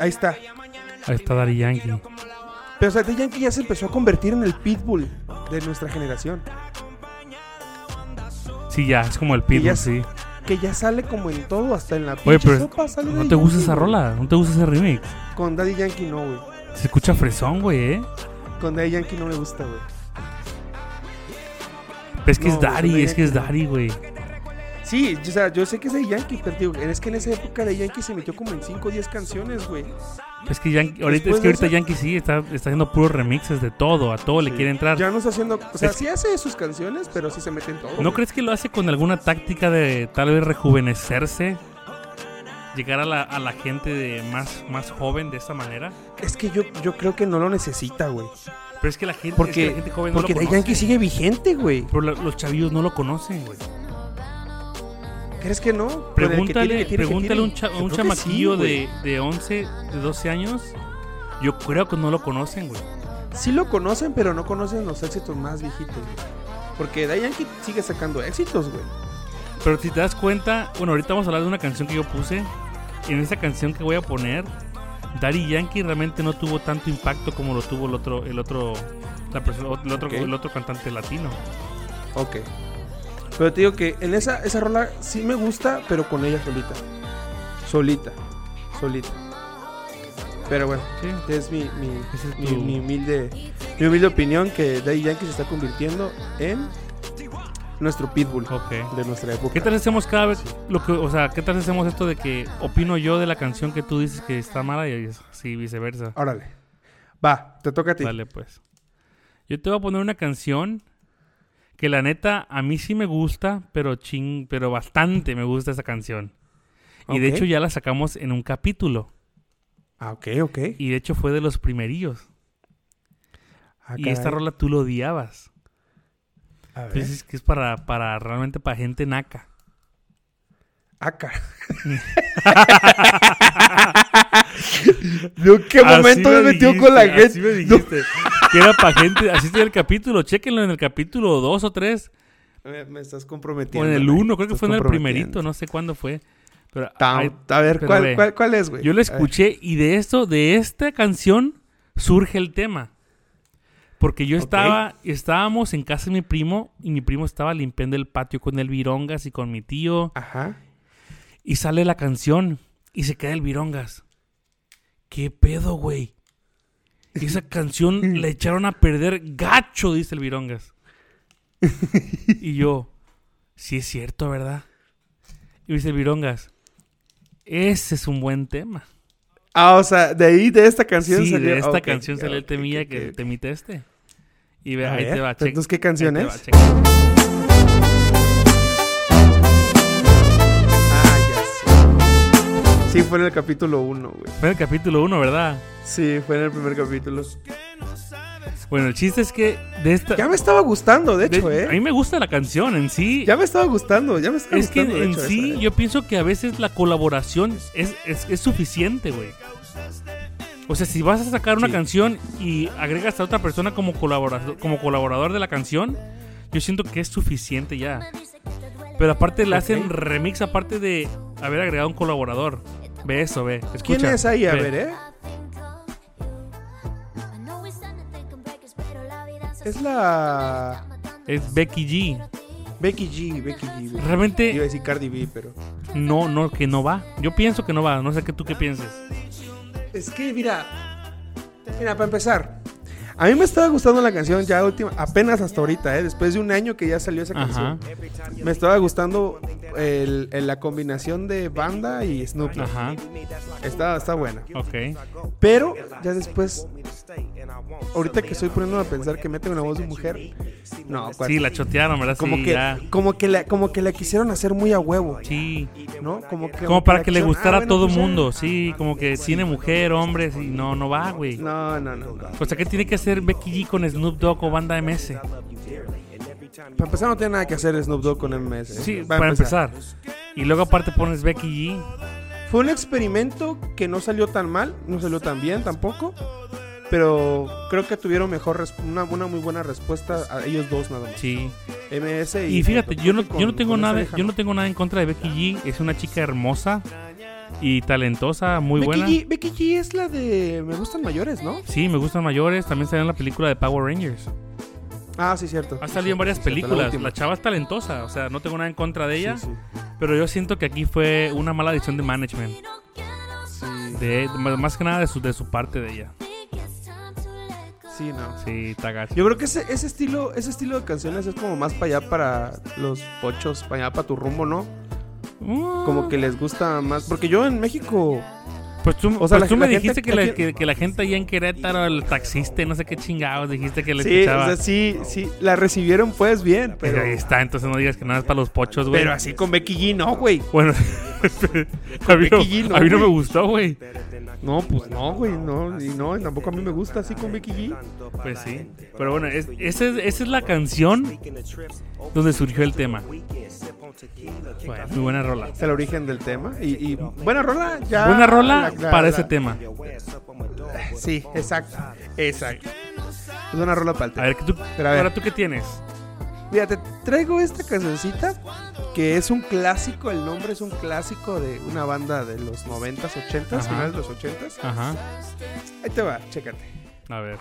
[SPEAKER 4] ahí está.
[SPEAKER 5] Ahí está Daddy Yankee.
[SPEAKER 4] Pero o sea, Daddy Yankee ya se empezó a convertir en el pitbull de nuestra generación.
[SPEAKER 5] Sí, ya, es como el Pitbull,
[SPEAKER 4] ya-
[SPEAKER 5] sí.
[SPEAKER 4] Que ya sale como en todo, hasta en la
[SPEAKER 5] Oye,
[SPEAKER 4] pinche
[SPEAKER 5] pero
[SPEAKER 4] sopa sale
[SPEAKER 5] ¿No
[SPEAKER 4] Daddy
[SPEAKER 5] te gusta
[SPEAKER 4] Yankee,
[SPEAKER 5] esa
[SPEAKER 4] güey.
[SPEAKER 5] rola? ¿No te gusta ese remix?
[SPEAKER 4] Con Daddy Yankee no, güey.
[SPEAKER 5] Se escucha fresón, güey, ¿eh?
[SPEAKER 4] Con Daddy Yankee no me gusta, güey.
[SPEAKER 5] Pero Es que
[SPEAKER 4] No,
[SPEAKER 5] es
[SPEAKER 4] güey, Daddy
[SPEAKER 5] Daddy, es que es
[SPEAKER 4] Yankee no.
[SPEAKER 5] Daddy, güey.
[SPEAKER 4] Sí, o sea, yo sé que es Daddy Yankee, pero digo, es que en esa época Daddy Yankee se metió como en 5 o 10 canciones, güey.
[SPEAKER 5] Es que, Yankee, ahorita,
[SPEAKER 4] Después
[SPEAKER 5] es que
[SPEAKER 4] de
[SPEAKER 5] ahorita
[SPEAKER 4] eso-
[SPEAKER 5] Yankee sí está, está haciendo puros remixes de todo, a todo le quiere entrar.
[SPEAKER 4] Ya no está haciendo. O sea,
[SPEAKER 5] Es-
[SPEAKER 4] sí hace sus canciones, pero sí se mete en todo.
[SPEAKER 5] ¿No crees que lo hace con alguna táctica de tal vez rejuvenecerse? Llegar a la, a la gente de más, más joven de esta manera.
[SPEAKER 4] Es que yo, yo creo que no lo necesita, güey.
[SPEAKER 5] Pero es que la gente, es que
[SPEAKER 4] Porque,
[SPEAKER 5] la gente joven
[SPEAKER 4] porque
[SPEAKER 5] no
[SPEAKER 4] Daddy
[SPEAKER 5] lo conoce.
[SPEAKER 4] Yankee sigue vigente, güey.
[SPEAKER 5] Pero la- los chavillos no lo conocen, güey.
[SPEAKER 4] ¿Crees que no? Pero el que
[SPEAKER 5] Pregúntale,
[SPEAKER 4] tiene, que tiene, que
[SPEAKER 5] pregúntale a un, cha-
[SPEAKER 4] tiene.
[SPEAKER 5] a
[SPEAKER 4] Yo
[SPEAKER 5] un
[SPEAKER 4] creo que sí,
[SPEAKER 5] chamaquillo
[SPEAKER 4] güey.
[SPEAKER 5] de, de 11, de 12 años. Yo creo que no lo conocen, güey.
[SPEAKER 4] Sí lo conocen, pero no conocen los éxitos más viejitos, güey. Porque Daddy Yankee sigue sacando éxitos, güey.
[SPEAKER 5] Pero si te das cuenta, bueno, ahorita vamos a hablar de una canción que yo puse. En esa canción que voy a poner, Daddy Yankee realmente no tuvo tanto impacto como lo tuvo el otro, el otro, la persona- el otro,
[SPEAKER 4] Ok.
[SPEAKER 5] el otro cantante latino.
[SPEAKER 4] Ok. Pero te digo que en esa, esa rola sí me gusta, pero con ella solita. Solita. Solita. Pero bueno,
[SPEAKER 5] Sí.
[SPEAKER 4] es mi, mi,
[SPEAKER 5] Ese es
[SPEAKER 4] mi-
[SPEAKER 5] tu-
[SPEAKER 4] mi humilde, mi humilde opinión que Daddy Yankee se está convirtiendo en nuestro pitbull
[SPEAKER 5] Ok.
[SPEAKER 4] de nuestra época.
[SPEAKER 5] ¿Qué tal hacemos cada vez lo que, o sea, qué tal hacemos esto de que opino yo de la canción que tú dices que está mala y así viceversa?
[SPEAKER 4] Órale. Va, te toca a ti.
[SPEAKER 5] Dale, pues. Yo te voy a poner una canción que la neta a mí sí me gusta, pero ching, pero bastante me gusta esa canción. Y de
[SPEAKER 4] Ok.
[SPEAKER 5] hecho ya la sacamos en un capítulo.
[SPEAKER 4] Ah, ok, ok.
[SPEAKER 5] Y de hecho fue de los primerillos.
[SPEAKER 4] Ah,
[SPEAKER 5] y esta
[SPEAKER 4] caray.
[SPEAKER 5] rola tú lo odiabas.
[SPEAKER 4] A ver.
[SPEAKER 5] Pues es que es para, para realmente para gente naca.
[SPEAKER 4] Ah, caray. ¿De en qué momento me metió con la gente?
[SPEAKER 5] Así me dijiste. que era para gente. Así está el capítulo. Chéquenlo en el capítulo 2 o 3.
[SPEAKER 4] Me, me estás
[SPEAKER 5] O
[SPEAKER 4] comprometiendo.
[SPEAKER 5] en el
[SPEAKER 4] güey.
[SPEAKER 5] 1. Creo que
[SPEAKER 4] Estás
[SPEAKER 5] fue en el
[SPEAKER 4] comprometiendo.
[SPEAKER 5] primerito. No sé cuándo fue. Pero
[SPEAKER 4] Ta-
[SPEAKER 5] ahí-
[SPEAKER 4] a ver,
[SPEAKER 5] pero
[SPEAKER 4] ¿cuál,
[SPEAKER 5] ve.
[SPEAKER 4] cuál, cuál es, güey?
[SPEAKER 5] Yo lo
[SPEAKER 4] A ver.
[SPEAKER 5] escuché y de esto, de esta canción, surge el tema. Porque yo estaba, estábamos en casa de mi primo y mi primo estaba limpiando el patio con el Virongas y con mi tío.
[SPEAKER 4] Ajá.
[SPEAKER 5] Y sale la canción y se queda el Virongas. ¿Qué pedo, güey? Esa canción la echaron a perder gacho, dice el Virongas. Y yo, sí es cierto, ¿verdad? Y dice el Virongas, ese es un buen tema.
[SPEAKER 4] Ah, o sea, de ahí, de esta canción
[SPEAKER 5] Sí,
[SPEAKER 4] salió-
[SPEAKER 5] de esta
[SPEAKER 4] ok,
[SPEAKER 5] canción salió el
[SPEAKER 4] ok,
[SPEAKER 5] temilla
[SPEAKER 4] ok,
[SPEAKER 5] que
[SPEAKER 4] ok.
[SPEAKER 5] temita este. Y ve,
[SPEAKER 4] A
[SPEAKER 5] ahí
[SPEAKER 4] ver, pues,
[SPEAKER 5] te va, checa.
[SPEAKER 4] entonces, ¿qué canción
[SPEAKER 5] Ahí te va,
[SPEAKER 4] es?
[SPEAKER 5] checa.
[SPEAKER 4] Ah, ya sé. Sí, fue en el capítulo 1, güey.
[SPEAKER 5] Fue el capítulo 1, ¿verdad?
[SPEAKER 4] Sí, fue en el primer capítulo.
[SPEAKER 5] Bueno, el chiste es que de esta...
[SPEAKER 4] Ya me estaba gustando, de hecho,
[SPEAKER 5] de- A mí
[SPEAKER 4] ¿eh?
[SPEAKER 5] me gusta la canción en sí.
[SPEAKER 4] Ya me estaba gustando, ya me estaba
[SPEAKER 5] es que
[SPEAKER 4] gustando. de
[SPEAKER 5] en
[SPEAKER 4] hecho, esa,
[SPEAKER 5] sí
[SPEAKER 4] ¿eh?
[SPEAKER 5] yo pienso que a veces la colaboración es, es, es suficiente, güey. O sea, si vas a sacar una canción y agregas a otra persona como colaborador, como colaborador de la canción, yo siento que es suficiente ya. Pero aparte le hacen remix aparte de haber agregado un colaborador. Ve eso, ve. Escucha,
[SPEAKER 4] ¿Quién es ahí? A
[SPEAKER 5] ve.
[SPEAKER 4] ver, ¿eh? Es la
[SPEAKER 5] Es Becky G.
[SPEAKER 4] Becky G, Becky G. Becky G.
[SPEAKER 5] Realmente
[SPEAKER 4] Iba a decir Cardi B, pero...
[SPEAKER 5] No, no, que no va. Yo pienso que no va. No sé qué tú qué pienses.
[SPEAKER 4] Es que, mira, mira, para empezar, a mí me estaba gustando la canción ya última, apenas hasta ahorita, ¿eh? después de un año que ya salió esa
[SPEAKER 5] Ajá.
[SPEAKER 4] canción. Me estaba gustando el- el- la combinación de banda y Snoop. Dogg.
[SPEAKER 5] Ajá.
[SPEAKER 4] Está, está buena.
[SPEAKER 5] Ok.
[SPEAKER 4] Pero ya después, ahorita que estoy poniéndome a pensar que mete una voz de mujer, no, cuate,
[SPEAKER 5] Sí, la chotearon, ¿verdad?
[SPEAKER 4] como
[SPEAKER 5] sí,
[SPEAKER 4] que,
[SPEAKER 5] ya.
[SPEAKER 4] como que la, como que la quisieron hacer muy a huevo,
[SPEAKER 5] Sí.
[SPEAKER 4] ¿no? Como que,
[SPEAKER 5] Como para que le
[SPEAKER 4] la quisieron-
[SPEAKER 5] gustara
[SPEAKER 4] ah,
[SPEAKER 5] a
[SPEAKER 4] bueno,
[SPEAKER 5] todo
[SPEAKER 4] pues ya. pues
[SPEAKER 5] mundo. Sí, como que tiene mujer, hombres y no, no va, güey.
[SPEAKER 4] No, no, no, no.
[SPEAKER 5] O sea, ¿qué tiene que hacer Becky G con Snoop Dogg o Banda MS?
[SPEAKER 4] Para empezar, no tiene nada que hacer Snoop Dogg con MS.
[SPEAKER 5] Sí,
[SPEAKER 4] Va a
[SPEAKER 5] para empezar. Y luego aparte pones Becky G.
[SPEAKER 4] Fue un experimento que no salió tan mal, no salió tan bien tampoco. Pero creo que tuvieron mejor res- una, una muy buena respuesta a ellos dos nada más.
[SPEAKER 5] Sí.
[SPEAKER 4] MS y,
[SPEAKER 5] Y fíjate, yo no,
[SPEAKER 4] con-
[SPEAKER 5] yo no tengo
[SPEAKER 4] con esa
[SPEAKER 5] nada,
[SPEAKER 4] vieja,
[SPEAKER 5] yo no tengo nada en contra de Becky G. Es una chica hermosa y talentosa, muy
[SPEAKER 4] Becky
[SPEAKER 5] buena.
[SPEAKER 4] G, Becky G es la de Me gustan mayores, ¿no?
[SPEAKER 5] Sí, me gustan mayores. También salió en la película de Power Rangers.
[SPEAKER 4] Ah, sí, cierto.
[SPEAKER 5] Ha salido en varias películas. La chava es talentosa, o sea, no tengo nada en contra de ella, pero yo siento que aquí fue una mala decisión de management. De, más más que nada de su, de su parte de ella.
[SPEAKER 4] Sí, no.
[SPEAKER 5] Sí, está gacho.
[SPEAKER 4] Yo creo que ese, ese estilo, ese estilo de canciones es como más para allá para los pochos, para allá para tu rumbo, ¿no?
[SPEAKER 5] Mm,
[SPEAKER 4] Como que les gusta más. Porque yo en México
[SPEAKER 5] Pues tú,
[SPEAKER 4] o sea,
[SPEAKER 5] pues
[SPEAKER 4] la-
[SPEAKER 5] tú me
[SPEAKER 4] la gente-
[SPEAKER 5] dijiste que,
[SPEAKER 4] la
[SPEAKER 5] la,
[SPEAKER 4] gente-
[SPEAKER 5] que, que la gente allá en Querétaro, el taxista, y no sé qué chingados, dijiste que le
[SPEAKER 4] Sí, o
[SPEAKER 5] escuchaba.
[SPEAKER 4] sea, sí, sí, la recibieron pues bien,
[SPEAKER 5] Pero
[SPEAKER 4] pero,
[SPEAKER 5] ahí está, entonces no digas que nada es para los pochos, güey.
[SPEAKER 4] pero así con Becky G no, güey.
[SPEAKER 5] Bueno, a mí no,
[SPEAKER 4] Becky G no,
[SPEAKER 5] a mí no me
[SPEAKER 4] güey.
[SPEAKER 5] gustó, güey.
[SPEAKER 4] No, pues no, güey, no, y no, y tampoco a mí me gusta así con Becky G.
[SPEAKER 5] Pues sí. Pero bueno, es- esa es- esa es la canción donde surgió el tema. Bueno, muy buena rola.
[SPEAKER 4] Es el origen del tema y, y buena rola ya.
[SPEAKER 5] Buena rola
[SPEAKER 4] la- la-
[SPEAKER 5] para
[SPEAKER 4] la-
[SPEAKER 5] ese tema.
[SPEAKER 4] Sí, exacto, exacto. Es una rola para el
[SPEAKER 5] A
[SPEAKER 4] tema.
[SPEAKER 5] ver, ¿qué tú,
[SPEAKER 4] Pero a ver.
[SPEAKER 5] ahora tú qué tienes?
[SPEAKER 4] Mira, te traigo esta cancioncita que es un clásico, el nombre es un clásico de una banda de los 90s, 80s,
[SPEAKER 5] Ajá.
[SPEAKER 4] finales de los 80s.
[SPEAKER 5] Ajá.
[SPEAKER 4] Ahí te va, chécate.
[SPEAKER 5] A ver.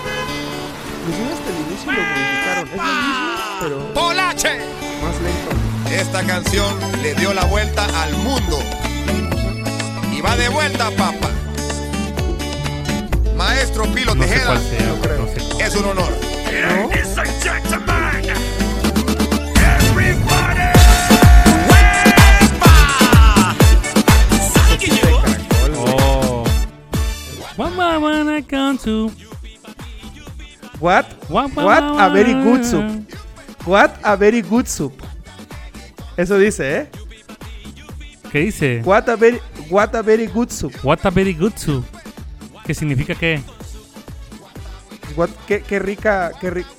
[SPEAKER 4] Inclusive hasta el este inicio lo modificaron. Es lo mismo, pero
[SPEAKER 7] ¡Polache!
[SPEAKER 4] más lento.
[SPEAKER 7] Esta canción le dio la vuelta al mundo. Y va de vuelta, papá. Maestro Pilo
[SPEAKER 5] No sé
[SPEAKER 7] Tejeda,
[SPEAKER 5] cuál sea, güey, no sé.
[SPEAKER 7] es un honor.
[SPEAKER 5] Oh. One by one I count to.
[SPEAKER 4] What?
[SPEAKER 5] One by
[SPEAKER 4] What
[SPEAKER 5] one
[SPEAKER 4] a very
[SPEAKER 5] I-
[SPEAKER 4] good soup. What a very good soup. Eso dice, ¿eh?
[SPEAKER 5] ¿Qué dice?
[SPEAKER 4] What a very, what a very good soup.
[SPEAKER 5] What a very good soup. ¿Qué significa qué?
[SPEAKER 4] What- qué, qué rica, qué rica.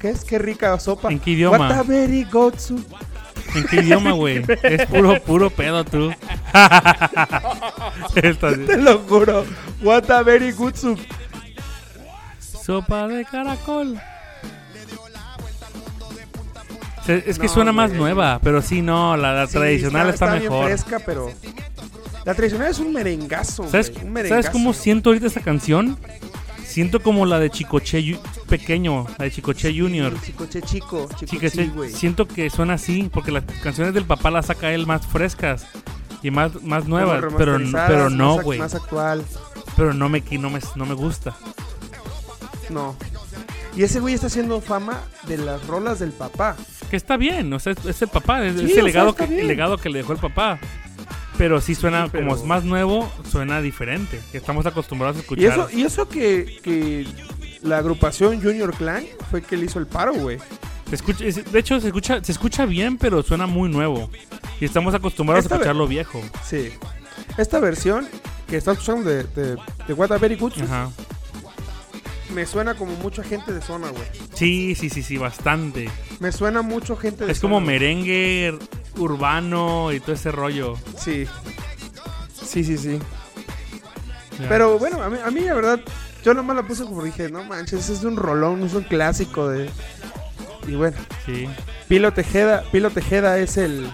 [SPEAKER 4] ¿Qué es? Qué rica sopa.
[SPEAKER 5] ¿En qué idioma?
[SPEAKER 4] What a very good soup.
[SPEAKER 5] ¿En qué idioma, güey? Es puro, puro pedo, tú. Esta sí.
[SPEAKER 4] Te lo juro. What a very good soup.
[SPEAKER 5] Sopa de caracol. Se- Es que
[SPEAKER 4] No,
[SPEAKER 5] suena más
[SPEAKER 4] güey.
[SPEAKER 5] nueva, pero sí, no, la, la
[SPEAKER 4] Sí,
[SPEAKER 5] tradicional está,
[SPEAKER 4] está bien
[SPEAKER 5] mejor.
[SPEAKER 4] fresca, pero. La tradicional es un merengazo.
[SPEAKER 5] ¿Sabes,
[SPEAKER 4] güey,
[SPEAKER 5] ¿sabes
[SPEAKER 4] un merengazo.
[SPEAKER 5] cómo siento ahorita esta canción? Siento como la de Chicoche Ju- pequeño, la de Chicoche Junior.
[SPEAKER 4] Chicoche chico, chicoche,
[SPEAKER 5] Chicoche,
[SPEAKER 4] güey.
[SPEAKER 5] siento que suena así, porque las canciones del papá las saca él más frescas y más, más
[SPEAKER 4] Como
[SPEAKER 5] nuevas, pero,
[SPEAKER 4] remasterizadas,
[SPEAKER 5] pero no,
[SPEAKER 4] más ac-
[SPEAKER 5] güey.
[SPEAKER 4] Más actual.
[SPEAKER 5] Pero no me, qui- no, me, no me gusta.
[SPEAKER 4] No. Y ese güey está haciendo fama de las rolas del papá.
[SPEAKER 5] Que está bien, o sea, es, es el papá, es,
[SPEAKER 4] Sí,
[SPEAKER 5] es
[SPEAKER 4] o sea,
[SPEAKER 5] el, legado
[SPEAKER 4] está
[SPEAKER 5] que, el
[SPEAKER 4] bien.
[SPEAKER 5] legado que le dejó el papá. Pero sí suena,
[SPEAKER 4] Sí, pero-
[SPEAKER 5] como es más nuevo, suena diferente. que Estamos acostumbrados a
[SPEAKER 4] Y
[SPEAKER 5] escuchar.
[SPEAKER 4] eso, y eso que, que la agrupación Junior Clan fue que le hizo el paro, güey.
[SPEAKER 5] Se escucha- es- de hecho, se escucha, se escucha bien, pero suena muy nuevo. Y estamos acostumbrados
[SPEAKER 4] Esta
[SPEAKER 5] a
[SPEAKER 4] vez-
[SPEAKER 5] escuchar lo viejo.
[SPEAKER 4] Sí. Esta versión que estás usando de, de, de What a Very Good
[SPEAKER 5] Ajá.
[SPEAKER 4] me suena como mucha gente de zona, güey.
[SPEAKER 5] Sí, sí, sí, sí, bastante.
[SPEAKER 4] Me suena mucho gente de
[SPEAKER 5] Es como
[SPEAKER 4] zona, güey.
[SPEAKER 5] merengue r- urbano y todo ese rollo.
[SPEAKER 4] Sí. Sí, sí, sí.
[SPEAKER 5] Ya.
[SPEAKER 4] Pero bueno, a mí, a mí la verdad, yo nomás la puse como dije, no manches, ese es un rolón, es un clásico de... Y bueno,
[SPEAKER 5] Sí.
[SPEAKER 4] Pilo Tejeda, Pilo Tejeda es el,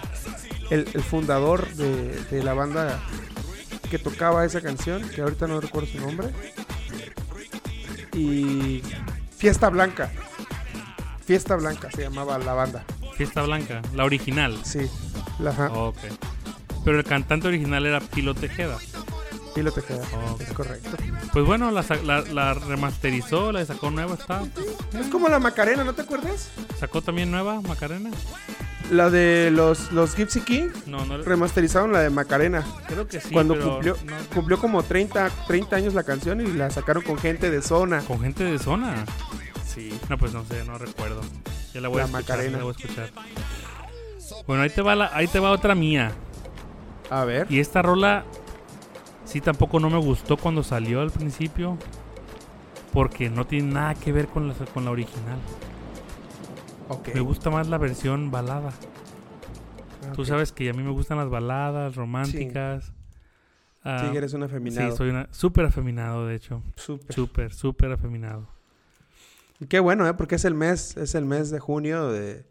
[SPEAKER 4] el, el fundador de, de la banda que tocaba esa canción, que ahorita no recuerdo su nombre. Y Fiesta Blanca. Fiesta Blanca se llamaba la banda.
[SPEAKER 5] Fiesta Blanca, la original.
[SPEAKER 4] Sí. la- ajá,
[SPEAKER 5] Ok. Pero el cantante original era Pilo Tejeda.
[SPEAKER 4] Pilo Tejeda.
[SPEAKER 5] Oh, Ok.
[SPEAKER 4] Es correcto.
[SPEAKER 5] Pues bueno, la, sa- la- la remasterizó, la sacó nueva, está.
[SPEAKER 4] Es como la Macarena, ¿no te acuerdas?
[SPEAKER 5] ¿Sacó también nueva, Macarena?
[SPEAKER 4] La de los, los Gypsy King
[SPEAKER 5] No, no.
[SPEAKER 4] remasterizaron la de Macarena.
[SPEAKER 5] Creo que sí.
[SPEAKER 4] cuando
[SPEAKER 5] pero
[SPEAKER 4] cumplió,
[SPEAKER 5] no-
[SPEAKER 4] cumplió como 30, 30 años la canción y la sacaron con gente de zona.
[SPEAKER 5] con gente de zona.
[SPEAKER 4] Sí.
[SPEAKER 5] No, pues no sé, no recuerdo. Ya la voy
[SPEAKER 4] La
[SPEAKER 5] a escuchar.
[SPEAKER 4] Macarena.
[SPEAKER 5] la voy a escuchar. Bueno, ahí te va la, ahí te va otra mía.
[SPEAKER 4] A ver.
[SPEAKER 5] Y esta rola sí tampoco no me gustó cuando salió al principio. Porque no tiene nada que ver con la, con la original.
[SPEAKER 4] Ok.
[SPEAKER 5] Me gusta más la versión balada.
[SPEAKER 4] Ah,
[SPEAKER 5] Tú
[SPEAKER 4] ok.
[SPEAKER 5] sabes que a mí me gustan las baladas románticas. Ah,
[SPEAKER 4] Sí, que eres un afeminado.
[SPEAKER 5] sí, soy una súper afeminado, de hecho.
[SPEAKER 4] Súper.
[SPEAKER 5] Súper, súper afeminado.
[SPEAKER 4] Y Qué bueno, ¿eh? Porque es el mes, es el mes de junio de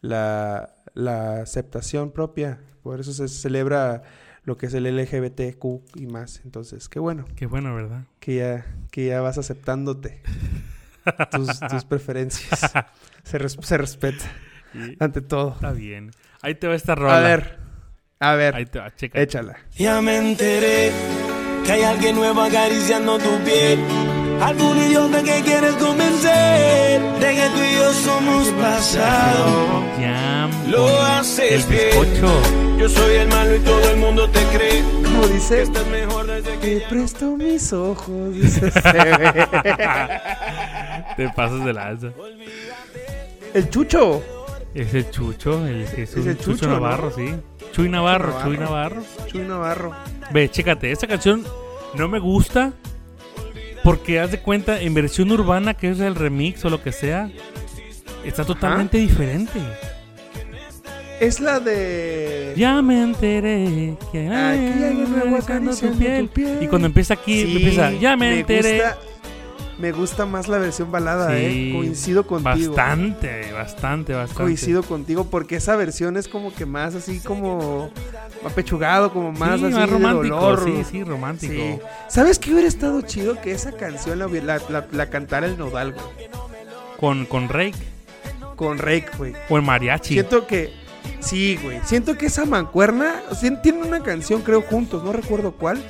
[SPEAKER 4] la, la aceptación propia. Por eso se celebra lo que es el LGBTQ y más. Entonces, qué bueno
[SPEAKER 5] Qué bueno, ¿verdad?
[SPEAKER 4] que ya, que ya vas aceptándote tus, tus preferencias. Se, res- se respeta
[SPEAKER 5] Y-
[SPEAKER 4] ante todo.
[SPEAKER 5] Está bien. Ahí te va esta rola.
[SPEAKER 4] A ver, a
[SPEAKER 5] Ahí
[SPEAKER 4] ver,
[SPEAKER 5] te va, checa.
[SPEAKER 4] échala.
[SPEAKER 8] Ya me enteré que hay alguien nuevo acariciando tu piel. Algún idiota que quieres convencer de que tú y yo somos pasado.
[SPEAKER 5] Jam.
[SPEAKER 8] Lo
[SPEAKER 5] con El
[SPEAKER 8] haces bien.
[SPEAKER 5] bizcocho.
[SPEAKER 8] Yo soy el malo y todo el mundo te cree.
[SPEAKER 4] Como dice,
[SPEAKER 8] Estás mejor desde que
[SPEAKER 4] te presto mis ojos. dice ese, güey.
[SPEAKER 5] Te pasas de lanza.
[SPEAKER 4] el chucho.
[SPEAKER 5] Es el Chucho, el Jesús.
[SPEAKER 4] Es el
[SPEAKER 5] Chucho,
[SPEAKER 4] Chucho, ¿no?
[SPEAKER 5] Navarro, sí. Chuy Navarro,
[SPEAKER 4] Navarro.
[SPEAKER 5] Chuy Navarro.
[SPEAKER 4] Chuy Navarro.
[SPEAKER 5] Ve, chécate, esta canción no me gusta porque haz de cuenta, en versión urbana, que es el remix o lo que sea, está totalmente diferente.
[SPEAKER 4] Es la de.
[SPEAKER 5] Ya me enteré que hay
[SPEAKER 4] Aquí hay
[SPEAKER 5] alguien
[SPEAKER 4] un nuevo
[SPEAKER 5] acariciando
[SPEAKER 4] acariciando
[SPEAKER 5] tu piel.
[SPEAKER 4] tu piel.
[SPEAKER 5] Y cuando empieza aquí,
[SPEAKER 4] Sí,
[SPEAKER 5] empieza, ya me, enteré.
[SPEAKER 4] Gusta, me gusta más la versión balada,
[SPEAKER 5] Sí,
[SPEAKER 4] ¿eh? Coincido contigo.
[SPEAKER 5] Bastante, bastante, bastante.
[SPEAKER 4] Coincido contigo porque esa versión es como que más así como apechugado, como
[SPEAKER 5] Sí,
[SPEAKER 4] más así de
[SPEAKER 5] romántico.
[SPEAKER 4] dolor.
[SPEAKER 5] Sí, sí, romántico.
[SPEAKER 4] Sí. ¿Sabes qué hubiera estado chido que esa canción la, hubiera- la, la- la cantara el Nodal, güey?
[SPEAKER 5] Con, con Rake
[SPEAKER 4] Con Rake, güey.
[SPEAKER 5] o el mariachi.
[SPEAKER 4] Siento que. Sí, güey. Siento que esa mancuerna. o sea, Tienen una canción, creo, juntos. No recuerdo cuál.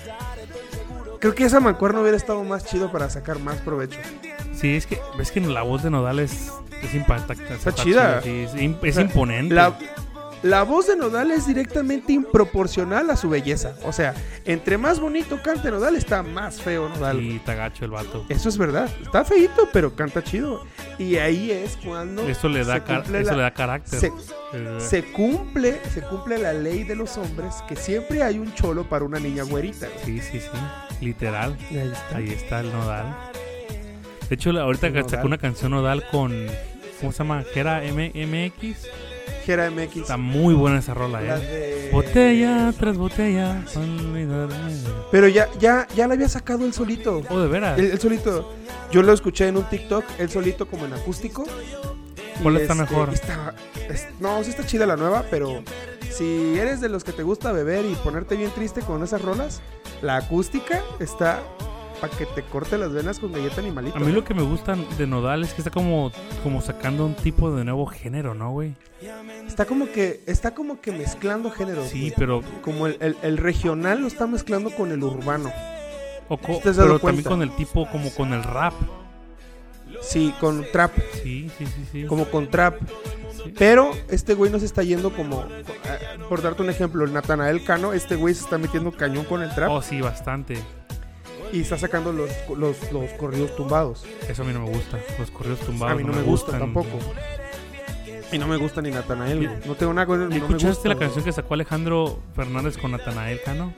[SPEAKER 4] Creo que esa mancuerna hubiera estado más chido para sacar más provecho.
[SPEAKER 5] Sí, es que ves que la voz de Nodal es, es impactante. Está,
[SPEAKER 4] chida.
[SPEAKER 5] sí, es, im- es
[SPEAKER 4] O sea,
[SPEAKER 5] imponente.
[SPEAKER 4] La, la voz de Nodal es directamente improporcional a su belleza. O sea, entre más bonito cante Nodal, está más feo Nodal. güey.
[SPEAKER 5] Y tagacho el vato.
[SPEAKER 4] Eso es verdad. Está feito, pero canta chido. Y ahí es cuando.
[SPEAKER 5] Eso le da,
[SPEAKER 4] se
[SPEAKER 5] car-
[SPEAKER 4] cumple
[SPEAKER 5] eso
[SPEAKER 4] la-
[SPEAKER 5] le da carácter.
[SPEAKER 4] se-
[SPEAKER 5] Eh,
[SPEAKER 4] se cumple, se cumple la ley de los hombres que siempre hay un cholo para una niña güerita. güey.
[SPEAKER 5] sí, sí, sí. Literal.
[SPEAKER 4] Y ahí está.
[SPEAKER 5] Ahí está el Nodal. De hecho, la- ahorita
[SPEAKER 4] El
[SPEAKER 5] sacó
[SPEAKER 4] Nodal.
[SPEAKER 5] una canción Nodal con. ¿Cómo se llama? Gera M- MX.
[SPEAKER 4] Gera MX.
[SPEAKER 5] Está muy buena esa rola,
[SPEAKER 4] la
[SPEAKER 5] eh.
[SPEAKER 4] de-
[SPEAKER 5] Botella tras botella. Olvidarme. de-
[SPEAKER 4] Pero ya, ya, ya la había sacado él solito.
[SPEAKER 5] Oh, de veras.
[SPEAKER 4] Él, él solito. Yo lo escuché en un TikTok, él solito como en acústico. Este, Y
[SPEAKER 5] ¿Cuál está mejor?
[SPEAKER 4] y está- es- no, sí está chida la nueva, pero Si eres de los que te gusta beber y ponerte bien triste con esas rolas, la acústica está para que te corte las venas con galleta animalito.
[SPEAKER 5] A mí
[SPEAKER 4] ¿eh?
[SPEAKER 5] lo que me gusta de Nodal es que está como, como sacando un tipo de nuevo género, ¿no, güey?
[SPEAKER 4] Está como que está como que mezclando géneros.
[SPEAKER 5] Sí,
[SPEAKER 4] güey.
[SPEAKER 5] pero,
[SPEAKER 4] Como el, el- el regional lo está mezclando con el urbano.
[SPEAKER 5] o co-
[SPEAKER 4] ¿Te has dado
[SPEAKER 5] pero también
[SPEAKER 4] cuenta?
[SPEAKER 5] con el tipo, como con el rap.
[SPEAKER 4] Sí, con trap,
[SPEAKER 5] Sí, sí, sí, sí.
[SPEAKER 4] como con trap.
[SPEAKER 5] Sí.
[SPEAKER 4] Pero este güey no se está yendo como. eh, Por darte un ejemplo, el Natanael Cano, este güey se está metiendo cañón con el trap
[SPEAKER 5] Oh, sí, bastante.
[SPEAKER 4] y está sacando los, los, los corridos tumbados.
[SPEAKER 5] Eso a mí no me gusta. Los correos tumbados.
[SPEAKER 4] a mí no, me, gusta tampoco. Y no me gusta ni Natanael,
[SPEAKER 5] ¿Y-
[SPEAKER 4] güey. No tengo nada con él.
[SPEAKER 5] ¿Y
[SPEAKER 4] No me
[SPEAKER 5] ¿Escuchaste
[SPEAKER 4] gusta,
[SPEAKER 5] la
[SPEAKER 4] güey.
[SPEAKER 5] canción que sacó Alejandro Fernández con Natanael Cano?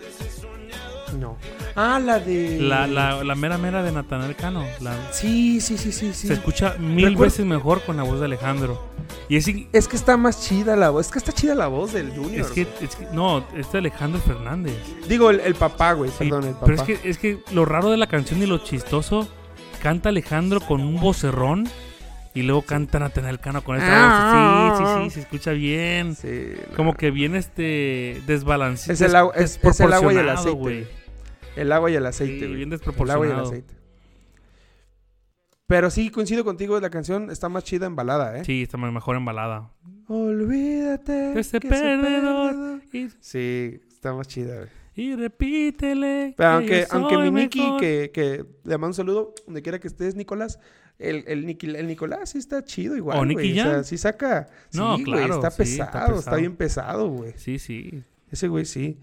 [SPEAKER 4] No. Ah, la de.
[SPEAKER 5] La, la, la mera mera de Natanael Cano. La-
[SPEAKER 4] Sí, sí, sí, sí. sí.
[SPEAKER 5] Se escucha mil
[SPEAKER 4] Recuer-
[SPEAKER 5] veces mejor con la voz de Alejandro. Y es, in-
[SPEAKER 4] Es que está más chida la voz. Es que está chida la voz del Junior.
[SPEAKER 5] es, que, es que- No, este Alejandro Fernández.
[SPEAKER 4] Digo, el, el papá, güey.
[SPEAKER 5] Sí,
[SPEAKER 4] Perdón, el papá.
[SPEAKER 5] pero es que, es que lo raro de la canción y lo chistoso, canta Alejandro con un vocerrón y luego canta Natanael Cano con esta voz. Sí,
[SPEAKER 4] Ah.
[SPEAKER 5] sí, sí, se escucha bien.
[SPEAKER 4] Sí, no.
[SPEAKER 5] Como que bien este desbalanceado.
[SPEAKER 4] Es el, agua- es, es el agua y el aceite.
[SPEAKER 5] güey.
[SPEAKER 4] güey. El agua y el aceite.
[SPEAKER 5] Sí,
[SPEAKER 4] güey.
[SPEAKER 5] bien
[SPEAKER 4] El agua y el
[SPEAKER 5] desproporcionado.
[SPEAKER 4] aceite. Pero sí, coincido contigo, la canción está más chida en balada, ¿eh?
[SPEAKER 5] Sí, está me- mejor embalada.
[SPEAKER 4] Olvídate.
[SPEAKER 5] De ese
[SPEAKER 4] que
[SPEAKER 5] perdedor.
[SPEAKER 4] perdedor.
[SPEAKER 5] Y,
[SPEAKER 4] Sí, está más chida, güey.
[SPEAKER 5] y repítele.
[SPEAKER 4] Pero
[SPEAKER 5] que
[SPEAKER 4] aunque,
[SPEAKER 5] yo
[SPEAKER 4] aunque
[SPEAKER 5] soy
[SPEAKER 4] mi Nicky,
[SPEAKER 5] mejor.
[SPEAKER 4] que, que le mando un saludo, donde quiera que estés, Nicolás, el, el, Niqui- el Nicolás sí está chido igual,
[SPEAKER 5] ¿O
[SPEAKER 4] güey.
[SPEAKER 5] Nicky
[SPEAKER 4] o sea,
[SPEAKER 5] Jam?
[SPEAKER 4] sí saca...
[SPEAKER 5] No,
[SPEAKER 4] sí, güey,
[SPEAKER 5] claro,
[SPEAKER 4] está,
[SPEAKER 5] sí,
[SPEAKER 4] pesado,
[SPEAKER 5] está
[SPEAKER 4] está
[SPEAKER 5] pesado.
[SPEAKER 4] bien pesado, güey.
[SPEAKER 5] Sí, sí.
[SPEAKER 4] Ese güey sí.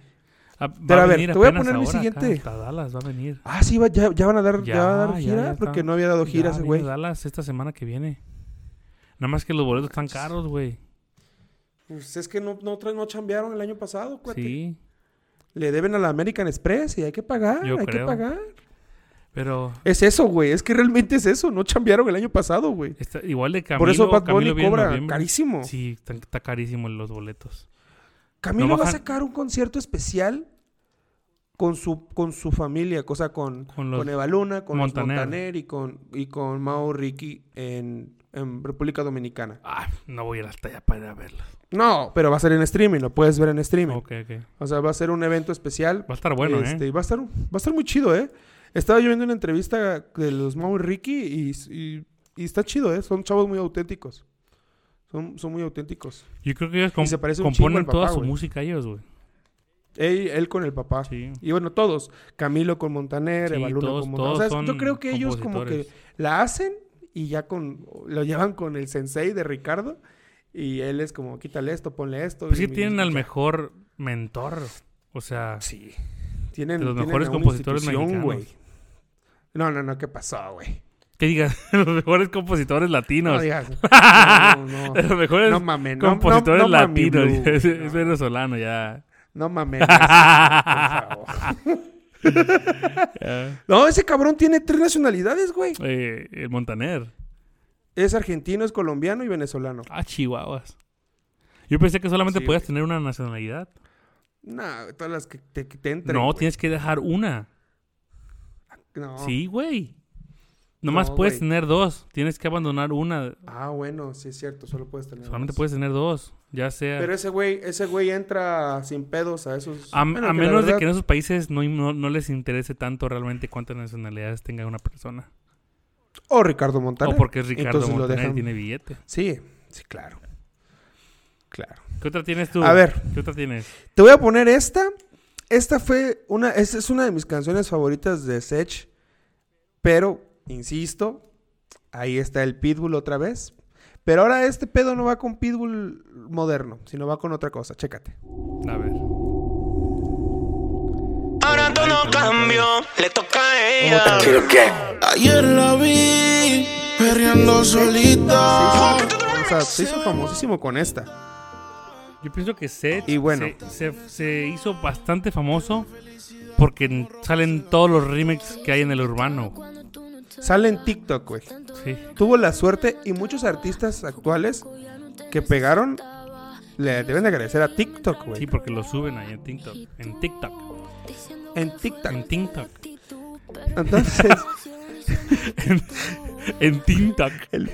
[SPEAKER 5] Ah, va
[SPEAKER 4] Pero a ver,
[SPEAKER 5] venir
[SPEAKER 4] te voy a
[SPEAKER 5] apenas
[SPEAKER 4] poner mi
[SPEAKER 5] ahora acá,
[SPEAKER 4] siguiente.
[SPEAKER 5] hasta Dallas va a venir.
[SPEAKER 4] Ah, sí, va- ya, ya van a dar, ya, va a dar
[SPEAKER 5] ya,
[SPEAKER 4] gira,
[SPEAKER 5] ya está.
[SPEAKER 4] porque no había dado gira
[SPEAKER 5] Ya
[SPEAKER 4] ese
[SPEAKER 5] viene
[SPEAKER 4] güey.
[SPEAKER 5] Dallas esta semana que viene. Nada más que los boletos están caros, güey.
[SPEAKER 4] Pues es que no, no, tra- no chambearon el año pasado, cuate.
[SPEAKER 5] Sí.
[SPEAKER 4] Le deben a la American Express y hay que pagar,
[SPEAKER 5] Yo
[SPEAKER 4] hay que
[SPEAKER 5] creo.
[SPEAKER 4] pagar.
[SPEAKER 5] Pero
[SPEAKER 4] Es eso, güey. Es que realmente es eso. No chambearon el año pasado, güey.
[SPEAKER 5] está, igual de Camilo.
[SPEAKER 4] Por eso Bad
[SPEAKER 5] Camilo
[SPEAKER 4] Bunny
[SPEAKER 5] viene en
[SPEAKER 4] cobra
[SPEAKER 5] noviembre.
[SPEAKER 4] carísimo.
[SPEAKER 5] Sí, está, está carísimo los boletos.
[SPEAKER 4] Camilo
[SPEAKER 5] No
[SPEAKER 4] va a
[SPEAKER 5] bajan-
[SPEAKER 4] sacar un concierto especial con su, con su familia, cosa con,
[SPEAKER 5] Con
[SPEAKER 4] con,
[SPEAKER 5] los
[SPEAKER 4] Evaluna, con los
[SPEAKER 5] Montaner.
[SPEAKER 4] Montaner, y con, y con Mao Ricky en, en República Dominicana.
[SPEAKER 5] Ah, no voy a ir hasta allá para ir a verlos.
[SPEAKER 4] No, pero va a ser en streaming, lo puedes ver en streaming.
[SPEAKER 5] Ok, ok.
[SPEAKER 4] O sea, va a ser un evento especial.
[SPEAKER 5] Va a estar bueno,
[SPEAKER 4] Este,
[SPEAKER 5] ¿eh?
[SPEAKER 4] y Va a, estar, va a estar muy chido, ¿eh? Estaba yo viendo una entrevista de los Mau y Ricky y, y- y está chido, ¿eh? Son chavos muy auténticos. Son, son muy auténticos.
[SPEAKER 5] Yo creo que ellos com-
[SPEAKER 4] se parece un chingo
[SPEAKER 5] componen
[SPEAKER 4] al papá,
[SPEAKER 5] toda su
[SPEAKER 4] güey. Ah.
[SPEAKER 5] música ellos, güey.
[SPEAKER 4] Él, él con el papá.
[SPEAKER 5] Sí.
[SPEAKER 4] Y bueno, todos. Camilo con Montaner,
[SPEAKER 5] Sí,
[SPEAKER 4] Evaluna
[SPEAKER 5] todos-
[SPEAKER 4] con
[SPEAKER 5] todos
[SPEAKER 4] Montaner. O sea,
[SPEAKER 5] son
[SPEAKER 4] yo creo que ellos como que
[SPEAKER 5] compositores.
[SPEAKER 4] la hacen y ya con lo llevan con el sensei de Ricardo. Y él es como, quítale esto, ponle esto.
[SPEAKER 5] Pues
[SPEAKER 4] y
[SPEAKER 5] que
[SPEAKER 4] mi-
[SPEAKER 5] tienen al mejor mentor. O sea,
[SPEAKER 4] Sí. Tienen,
[SPEAKER 5] De los
[SPEAKER 4] tienen
[SPEAKER 5] mejores
[SPEAKER 4] a una
[SPEAKER 5] compositores
[SPEAKER 4] institución, güey.
[SPEAKER 5] mexicanos.
[SPEAKER 4] No, no, no, ¿qué pasó, güey?
[SPEAKER 5] que digas, los mejores compositores
[SPEAKER 4] No,
[SPEAKER 5] latinos.
[SPEAKER 4] digas. No, no,
[SPEAKER 5] De
[SPEAKER 4] no.
[SPEAKER 5] los mejores
[SPEAKER 4] No mames, no-
[SPEAKER 5] compositores
[SPEAKER 4] no- no mami
[SPEAKER 5] latinos.
[SPEAKER 4] blue,
[SPEAKER 5] es,
[SPEAKER 4] güey,
[SPEAKER 5] es
[SPEAKER 4] no.
[SPEAKER 5] venezolano ya.
[SPEAKER 4] No mames. por favor.
[SPEAKER 5] Ya.
[SPEAKER 4] No, ese cabrón tiene tres nacionalidades, güey.
[SPEAKER 5] Eh, el Montaner.
[SPEAKER 4] Es argentino, es colombiano y venezolano.
[SPEAKER 5] Ah, chihuahuas. Yo pensé que solamente
[SPEAKER 4] Sí,
[SPEAKER 5] podías tener una nacionalidad.
[SPEAKER 4] No, todas las que te, que te entren.
[SPEAKER 5] no,
[SPEAKER 4] güey.
[SPEAKER 5] tienes que dejar una.
[SPEAKER 4] No.
[SPEAKER 5] Sí, güey. Nomás
[SPEAKER 4] No,
[SPEAKER 5] puedes
[SPEAKER 4] güey.
[SPEAKER 5] tener dos. Tienes que abandonar una.
[SPEAKER 4] Ah, bueno, sí es cierto, solo puedes tener.
[SPEAKER 5] Solamente
[SPEAKER 4] dos.
[SPEAKER 5] puedes tener dos. Ya sea.
[SPEAKER 4] Pero ese güey, ese güey entra sin pedos a esos.
[SPEAKER 5] a,
[SPEAKER 4] Bueno,
[SPEAKER 5] a
[SPEAKER 4] que la
[SPEAKER 5] menos de
[SPEAKER 4] verdad-
[SPEAKER 5] que en esos países no, no, no les interese tanto realmente cuántas nacionalidades tenga una persona.
[SPEAKER 4] O Ricardo Montaner.
[SPEAKER 5] O porque Ricardo
[SPEAKER 4] Entonces lo
[SPEAKER 5] Montaner
[SPEAKER 4] dejan-
[SPEAKER 5] tiene billete.
[SPEAKER 4] Sí, sí, claro. Claro.
[SPEAKER 5] ¿Qué otra tienes tú?
[SPEAKER 4] A ver.
[SPEAKER 5] ¿Qué otra tienes?
[SPEAKER 4] Te voy a poner esta. Esta fue una, esta es una de mis canciones favoritas de Sech. Pero, insisto, ahí está el Pitbull otra vez. Pero ahora este pedo no va con Pitbull moderno, sino va con otra cosa. Chécate.
[SPEAKER 5] A ver.
[SPEAKER 8] Ahora todo no cambió, le toca a ella.
[SPEAKER 9] Ayer la vi perreando solita.
[SPEAKER 4] Se hizo, o sea, se hizo famosísimo con esta.
[SPEAKER 5] Yo pienso que Seth
[SPEAKER 4] Y bueno.
[SPEAKER 5] se, se- se hizo bastante famoso porque n- salen todos los remakes que hay en el urbano.
[SPEAKER 4] Sale en TikTok, güey.
[SPEAKER 5] Sí.
[SPEAKER 4] Tuvo la suerte y muchos artistas actuales que pegaron le deben de agradecer a TikTok, güey.
[SPEAKER 5] Sí, porque lo suben ahí en TikTok. En TikTok.
[SPEAKER 4] En TikTok.
[SPEAKER 5] En TikTok.
[SPEAKER 4] Entonces,
[SPEAKER 5] En, en TikTok.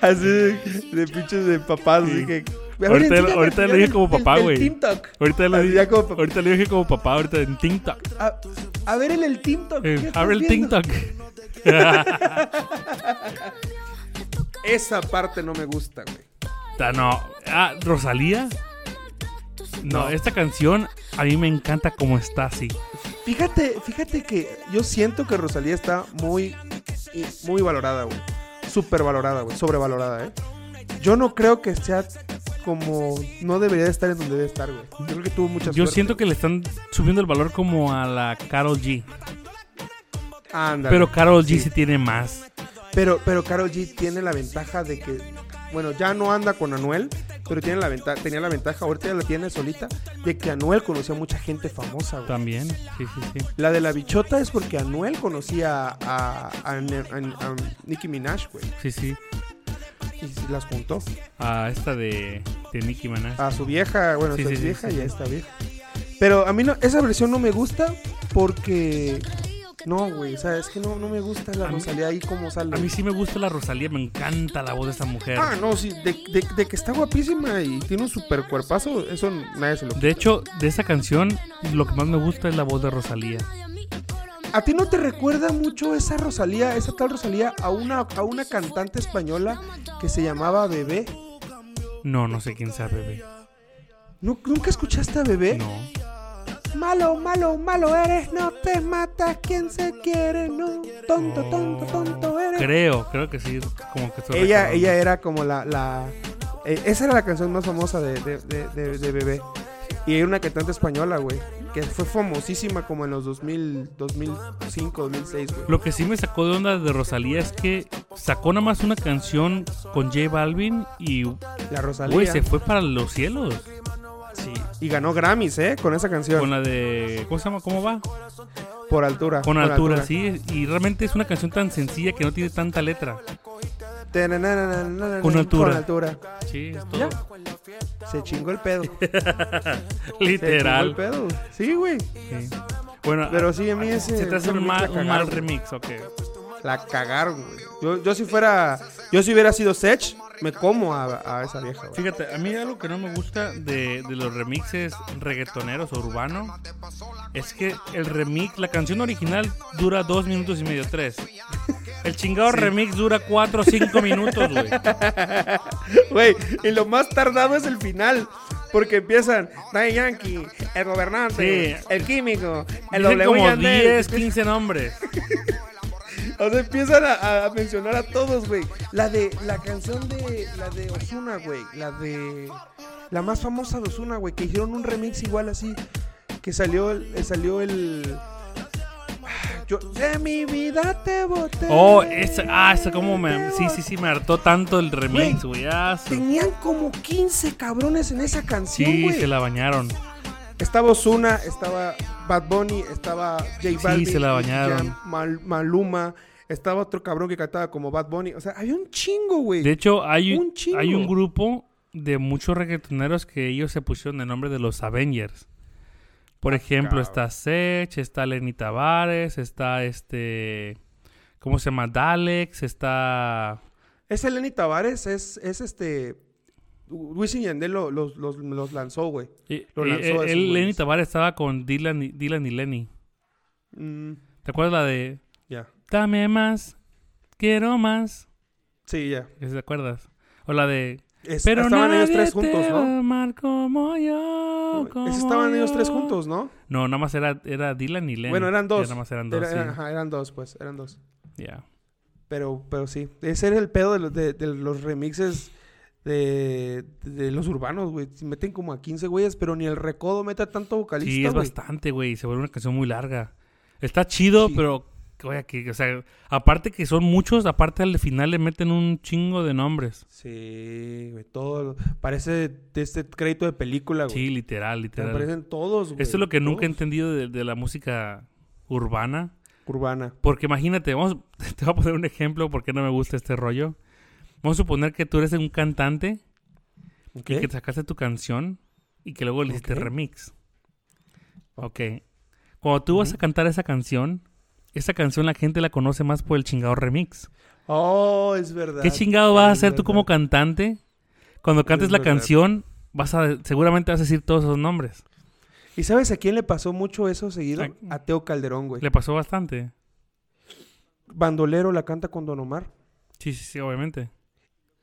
[SPEAKER 4] así de pinches de papás, así que
[SPEAKER 5] Ahorita- ahorita lo dije como papá, güey.
[SPEAKER 10] TikTok.
[SPEAKER 5] Ahorita lo
[SPEAKER 4] Ah,
[SPEAKER 5] dije,
[SPEAKER 4] ya como papá.
[SPEAKER 5] ahorita lo dije como papá, ahorita en TikTok.
[SPEAKER 10] A, a ver en el TikTok.
[SPEAKER 5] Eh,
[SPEAKER 10] ¿qué estás
[SPEAKER 5] Abre el
[SPEAKER 10] viendo?
[SPEAKER 5] TikTok.
[SPEAKER 4] Esa parte no me gusta, güey.
[SPEAKER 5] Ta- no. Ah, Rosalía. No, esta canción a mí me encanta como está así.
[SPEAKER 4] Fíjate, fíjate que yo siento que Rosalía está muy, y- muy valorada, güey. Súper valorada, güey. Sobrevalorada, ¿eh? Yo no creo que sea como... No debería de estar en donde debe estar, güey. Yo creo que tuvo mucha
[SPEAKER 5] Yo
[SPEAKER 4] suerte.
[SPEAKER 5] siento que le están subiendo el valor como a la Carol G.
[SPEAKER 4] Ándale.
[SPEAKER 5] Pero Carol G
[SPEAKER 4] Sí.
[SPEAKER 5] sí tiene más.
[SPEAKER 4] Pero, pero Karol G tiene la ventaja de que, bueno, ya no anda con Anuel, pero tiene la ventaja, tenía la ventaja, ahorita ya la tiene solita, de que Anuel conocía a mucha gente famosa, güey.
[SPEAKER 5] También. Sí, sí, sí.
[SPEAKER 4] La de la bichota es porque Anuel conocía a, a- a- a- a Nicki Minaj, güey,
[SPEAKER 5] Sí, sí.
[SPEAKER 4] y se las juntó.
[SPEAKER 5] A esta de, de Nicki Minaj.
[SPEAKER 4] A su vieja, bueno,
[SPEAKER 5] Sí,
[SPEAKER 4] a su
[SPEAKER 5] sí, sí,
[SPEAKER 4] vieja
[SPEAKER 5] sí,
[SPEAKER 4] y a
[SPEAKER 5] sí.
[SPEAKER 4] esta vieja. Pero a mí no, esa versión no me gusta porque... No, güey, o sea, es que no, no me gusta la
[SPEAKER 5] A mí-
[SPEAKER 4] Rosalía ahí como sale.
[SPEAKER 5] A mí sí me gusta la Rosalía, me encanta la voz de esa mujer.
[SPEAKER 4] Ah, no, sí, de, de- de que está guapísima y tiene un super cuerpazo, eso nadie se lo
[SPEAKER 5] De hecho, de esa canción, lo que más me gusta es la voz de Rosalía.
[SPEAKER 4] ¿A ti no te recuerda mucho esa Rosalía, esa tal Rosalía, a una, a una cantante española que se llamaba Bebé?
[SPEAKER 5] No, no sé quién sea, bebé.
[SPEAKER 4] ¿Nu- ¿Nunca escuchaste a Bebé?
[SPEAKER 5] No.
[SPEAKER 4] Malo, malo, malo eres, no te matas quien se quiere, no. Tonto, tonto, tonto eres.
[SPEAKER 5] Creo, creo que sí. Como que estoy
[SPEAKER 4] Ella,
[SPEAKER 5] recordando.
[SPEAKER 4] ella era como la... la- eh, esa era la canción más famosa de, de- de- de- de Bebé. Y hay una cantante española, güey, que fue famosísima como en los 2000, 2005, 2006, güey.
[SPEAKER 5] Lo que sí me sacó de onda de Rosalía es que sacó nada más una canción con J Balvin y,
[SPEAKER 4] La Rosalía.
[SPEAKER 5] güey, se fue para los cielos. Sí.
[SPEAKER 4] Y ganó Grammys, ¿eh? Con esa canción.
[SPEAKER 5] Con la de. ¿Cómo se llama? ¿Cómo va?
[SPEAKER 4] por altura.
[SPEAKER 5] Con altura, sí. Y realmente es una canción tan sencilla que no tiene tanta letra.
[SPEAKER 4] Tenananananana,
[SPEAKER 5] Con altura.
[SPEAKER 4] Con altura.
[SPEAKER 5] Sí, es todo.
[SPEAKER 4] Ya. Se chingó el pedo. Se
[SPEAKER 5] Literal.
[SPEAKER 4] chingó el pedo. Sí, güey.
[SPEAKER 5] Sí. Bueno,
[SPEAKER 4] Pero sí, a mí ese.
[SPEAKER 5] se te hace
[SPEAKER 4] ese
[SPEAKER 5] un
[SPEAKER 4] remix
[SPEAKER 5] mal,
[SPEAKER 4] la
[SPEAKER 5] un mal
[SPEAKER 4] cagaron,
[SPEAKER 5] remix, ok.
[SPEAKER 4] güey. La cagaron, güey. Yo, yo si fuera. Yo si hubiera sido Sech, me como a, a esa vieja, güey.
[SPEAKER 5] Fíjate, a mí algo que no me gusta de, de los remixes reggaetoneros o urbano es que el remix, la canción original dura dos minutos y medio, tres. El chingado remix dura cuatro o cinco minutos, güey.
[SPEAKER 4] Güey, y lo más tardado es el final. Porque empiezan Day Yankee, el gobernante,
[SPEAKER 5] Sí.
[SPEAKER 4] el químico, el
[SPEAKER 5] Dicen
[SPEAKER 4] W.
[SPEAKER 5] como
[SPEAKER 4] Yandel.
[SPEAKER 5] 10, 15 nombres.
[SPEAKER 4] O sea, empiezan a, a mencionar a todos, güey. La de la canción de la de Osuna, güey, la de la más famosa de Osuna, güey, que hicieron un remix igual así que salió el- eh, salió el yo de mi vida te boté.
[SPEAKER 5] Oh, esa, ah, esa como me. Sí, sí, sí, me hartó tanto el remix,
[SPEAKER 4] Güey,
[SPEAKER 5] güey. Ah, su-
[SPEAKER 4] Tenían como 15 cabrones en esa canción,
[SPEAKER 5] Sí,
[SPEAKER 4] güey.
[SPEAKER 5] se la bañaron.
[SPEAKER 4] Estaba Osuna, estaba Bad Bunny, estaba J Balvin.
[SPEAKER 5] se la
[SPEAKER 4] Nicky Jam,
[SPEAKER 5] bañaron.
[SPEAKER 4] Mal- Maluma, estaba otro cabrón que cantaba como Bad Bunny. O sea, había un chingo, güey.
[SPEAKER 5] De hecho, hay
[SPEAKER 4] Un
[SPEAKER 5] un,
[SPEAKER 4] chingo.
[SPEAKER 5] hay un grupo de muchos reggaetoneros que ellos se pusieron el nombre de los Avengers.
[SPEAKER 4] Ah,
[SPEAKER 5] Por ejemplo, está Sech, está Lenny Tavares, está este. ¿Cómo se llama? Dalex, está.
[SPEAKER 4] Ese Lenny Tavares es, es este. Luis Yandel lo- los, los, los lanzó, güey.
[SPEAKER 5] eh,
[SPEAKER 4] Lo
[SPEAKER 5] eh,
[SPEAKER 4] lanzó a
[SPEAKER 5] eh,
[SPEAKER 4] esos
[SPEAKER 5] él, Lenny
[SPEAKER 4] güeyes.
[SPEAKER 5] Tavares estaba con Dylan, y- Dylan y Lenny.
[SPEAKER 4] Mm,
[SPEAKER 5] ¿Te acuerdas la de
[SPEAKER 4] ya.
[SPEAKER 5] Dame más, quiero más?
[SPEAKER 4] Sí, ya.
[SPEAKER 5] ¿Sí ¿Te acuerdas? O la de
[SPEAKER 4] Es-
[SPEAKER 5] Pero
[SPEAKER 4] estaban ellos
[SPEAKER 5] nadie te
[SPEAKER 4] tres juntos,
[SPEAKER 5] va a
[SPEAKER 4] ¿no?
[SPEAKER 5] amar como yo,
[SPEAKER 4] Ese
[SPEAKER 5] como
[SPEAKER 4] estaban ellos tres
[SPEAKER 5] yo.
[SPEAKER 4] juntos, ¿no?
[SPEAKER 5] No, nada más era, era Dylan y Lenny.
[SPEAKER 4] Bueno, eran
[SPEAKER 5] Ya
[SPEAKER 4] dos.
[SPEAKER 5] Nada más eran dos,
[SPEAKER 4] Era-
[SPEAKER 5] sí.
[SPEAKER 4] era- ajá, eran dos, pues, eran dos.
[SPEAKER 5] Ya.
[SPEAKER 4] Pero, pero sí. Ese era el pedo de los, de, de los remixes de, de los urbanos, güey. Se Meten como a 15 güeyes, pero ni el recodo mete a tanto vocalista.
[SPEAKER 5] Sí, es
[SPEAKER 4] güey.
[SPEAKER 5] bastante, güey. Se vuelve una canción muy larga. Está chido,
[SPEAKER 4] Sí.
[SPEAKER 5] pero... Oye, que, o sea, aparte que son muchos, aparte al final le meten un chingo de nombres.
[SPEAKER 4] Sí, güey. Todo. Parece de este crédito de película, güey.
[SPEAKER 5] Sí, literal, literal. Esto
[SPEAKER 4] Aparecen todos, güey.
[SPEAKER 5] es lo que nunca he
[SPEAKER 4] todos.
[SPEAKER 5] entendido de, de la música urbana.
[SPEAKER 4] Urbana.
[SPEAKER 5] Porque imagínate, vamos, te voy a poner un ejemplo porque no me gusta este rollo. Vamos a suponer que tú eres un cantante
[SPEAKER 4] Ok.
[SPEAKER 5] y que sacaste tu canción y que luego le hiciste
[SPEAKER 4] Ok.
[SPEAKER 5] remix. Ok. Cuando tú vas a cantar esa canción, esa canción la gente la conoce más por el chingado remix.
[SPEAKER 4] Oh, es verdad.
[SPEAKER 5] ¿Qué chingado vas a
[SPEAKER 4] Es
[SPEAKER 5] hacer tú
[SPEAKER 4] verdad.
[SPEAKER 5] como cantante Cuando cantes la canción, vas a, seguramente vas a decir todos esos nombres.
[SPEAKER 4] ¿Y sabes a quién le pasó mucho eso seguido? A Teo Calderón, güey.
[SPEAKER 5] Le pasó bastante.
[SPEAKER 4] Bandolero la canta con Don Omar.
[SPEAKER 5] Sí, sí, sí, obviamente.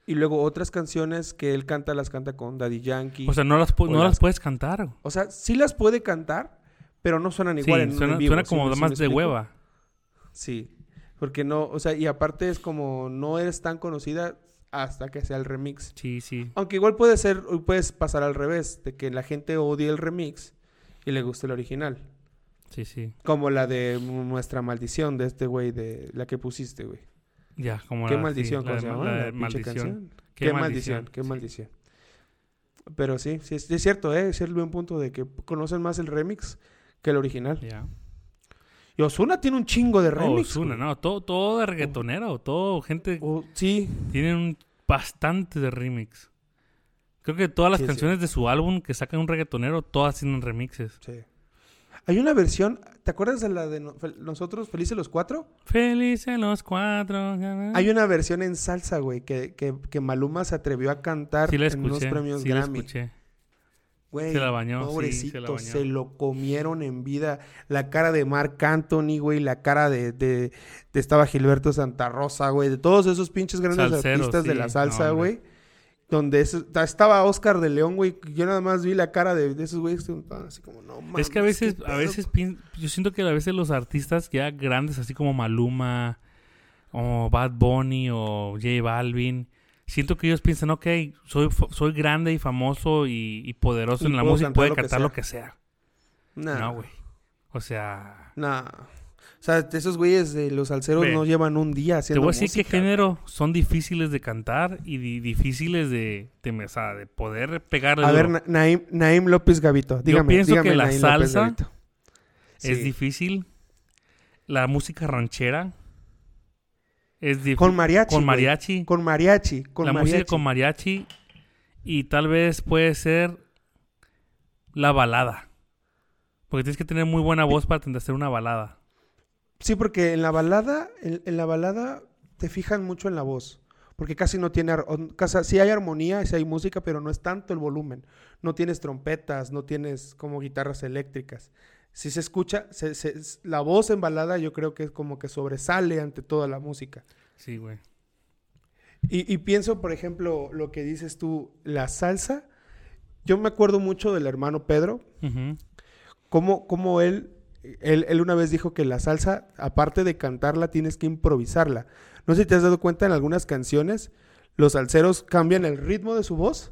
[SPEAKER 4] Y luego otras canciones que él canta, las canta con Daddy Yankee.
[SPEAKER 5] O sea, no las, pu-
[SPEAKER 4] O
[SPEAKER 5] no las puedes cantar.
[SPEAKER 4] O sea, sí las puede cantar, pero no suenan
[SPEAKER 5] Sí,
[SPEAKER 4] igual. en,
[SPEAKER 5] suena-
[SPEAKER 4] en vivo,
[SPEAKER 5] suena
[SPEAKER 4] ¿sí
[SPEAKER 5] como
[SPEAKER 4] me- sí
[SPEAKER 5] más
[SPEAKER 4] me
[SPEAKER 5] de
[SPEAKER 4] explico?
[SPEAKER 5] hueva.
[SPEAKER 4] Sí, porque no, o sea, y aparte es como no eres tan conocida hasta que sea el remix.
[SPEAKER 5] Sí, sí.
[SPEAKER 4] Aunque igual puede ser, puedes pasar al revés, de que la gente odie el remix y le guste el original.
[SPEAKER 5] Sí, sí.
[SPEAKER 4] Como la de nuestra maldición de este güey, de la que pusiste, güey.
[SPEAKER 5] Ya, como
[SPEAKER 4] Qué
[SPEAKER 5] la- sí,
[SPEAKER 4] maldición,
[SPEAKER 5] la
[SPEAKER 4] ¿cómo
[SPEAKER 5] de-
[SPEAKER 4] se llama?
[SPEAKER 5] la de
[SPEAKER 4] pinche
[SPEAKER 5] maldición.
[SPEAKER 4] canción. Qué,
[SPEAKER 5] Qué
[SPEAKER 4] maldición,
[SPEAKER 5] maldición,
[SPEAKER 4] qué maldición. Pero sí, sí, es, es cierto, ¿eh? Es el buen punto de que conocen más el remix que el original.
[SPEAKER 5] Ya.
[SPEAKER 4] Y Osuna tiene un chingo de
[SPEAKER 5] Oh,
[SPEAKER 4] remix.
[SPEAKER 5] Ozuna,
[SPEAKER 4] güey. Oh,
[SPEAKER 5] no, todo, todo de reggaetonero, todo gente.
[SPEAKER 4] sí.
[SPEAKER 5] Tienen un- bastante de remix. Creo que todas las
[SPEAKER 4] Sí, es
[SPEAKER 5] canciones de su álbum que sacan un reggaetonero, todas tienen remixes.
[SPEAKER 4] Sí. Hay una versión, ¿te acuerdas de la de no- fel- nosotros, Felices los Cuatro?
[SPEAKER 5] Felices los cuatro.
[SPEAKER 4] Hay una versión en salsa, güey, que, que, que Maluma se atrevió a cantar
[SPEAKER 5] Sí la
[SPEAKER 4] en unos
[SPEAKER 5] escuché,
[SPEAKER 4] premios
[SPEAKER 5] sí la
[SPEAKER 4] Grammy.
[SPEAKER 5] escuché.
[SPEAKER 4] Güey,
[SPEAKER 5] Se la bañó, sí,
[SPEAKER 4] pobrecito,
[SPEAKER 5] se la bañó.
[SPEAKER 4] se lo comieron en vida. La cara de Marc Anthony, güey, la cara de, de, de estaba Gilberto Santa Rosa, güey, de todos esos pinches grandes
[SPEAKER 5] Salseros,
[SPEAKER 4] artistas de
[SPEAKER 5] sí,
[SPEAKER 4] la
[SPEAKER 5] no,
[SPEAKER 4] salsa,
[SPEAKER 5] hombre.
[SPEAKER 4] güey. Donde eso- ta- estaba Oscar de León, güey. Yo nada más vi la cara de, de esos güeyes que estaban así como, no mames.
[SPEAKER 5] es que a veces,
[SPEAKER 4] qué
[SPEAKER 5] a
[SPEAKER 4] pedo".
[SPEAKER 5] veces, pin- yo siento que a veces los artistas ya grandes, así como Maluma, o Bad Bunny, o J Balvin, siento que ellos piensan, ok, soy, fa- soy grande y famoso y, y poderoso
[SPEAKER 4] Y
[SPEAKER 5] en la
[SPEAKER 4] puedo
[SPEAKER 5] música,
[SPEAKER 4] cantar
[SPEAKER 5] puedo
[SPEAKER 4] lo que
[SPEAKER 5] cantar
[SPEAKER 4] sea".
[SPEAKER 5] lo que sea.
[SPEAKER 4] Nah.
[SPEAKER 5] No, güey. O sea,
[SPEAKER 4] Nah. O sea, esos güeyes de los salseros
[SPEAKER 5] Ve.
[SPEAKER 4] no llevan un día
[SPEAKER 5] te
[SPEAKER 4] haciendo
[SPEAKER 5] voy a decir que
[SPEAKER 4] música.
[SPEAKER 5] género son difíciles de cantar y di- difíciles de, de, o sea, de poder pegarle.
[SPEAKER 4] A ver,
[SPEAKER 5] duro.
[SPEAKER 4] Na- Naim, Naim López Gavito, dígame.
[SPEAKER 5] Yo pienso
[SPEAKER 4] dígame,
[SPEAKER 5] que la
[SPEAKER 4] Naim López
[SPEAKER 5] salsa
[SPEAKER 4] Gavito.
[SPEAKER 5] es
[SPEAKER 4] Sí.
[SPEAKER 5] difícil. La música ranchera es difícil.
[SPEAKER 4] Con mariachi.
[SPEAKER 5] Con
[SPEAKER 4] güey.
[SPEAKER 5] mariachi.
[SPEAKER 4] Con mariachi. Con
[SPEAKER 5] la
[SPEAKER 4] mariachi.
[SPEAKER 5] música con mariachi. Y tal vez puede ser la balada. Porque tienes que tener muy buena voz para intentar hacer una balada.
[SPEAKER 4] Sí, porque en la balada, en, en la balada te fijan mucho en la voz. Porque casi no tiene, ar- on- casa- sí hay armonía, sí hay música, pero no es tanto el volumen. No tienes trompetas, no tienes como guitarras eléctricas. Si se escucha, se- se- s- la voz en balada yo creo que es como que sobresale ante toda la música.
[SPEAKER 5] Sí, güey.
[SPEAKER 4] Y, y pienso, por ejemplo, lo que dices tú, la salsa. Yo me acuerdo mucho del hermano Pedro,
[SPEAKER 5] Ujú.
[SPEAKER 4] cómo, cómo él, él, él una vez dijo que la salsa, aparte de cantarla, tienes que improvisarla. No sé si te has dado cuenta en algunas canciones, los salseros cambian el ritmo de su voz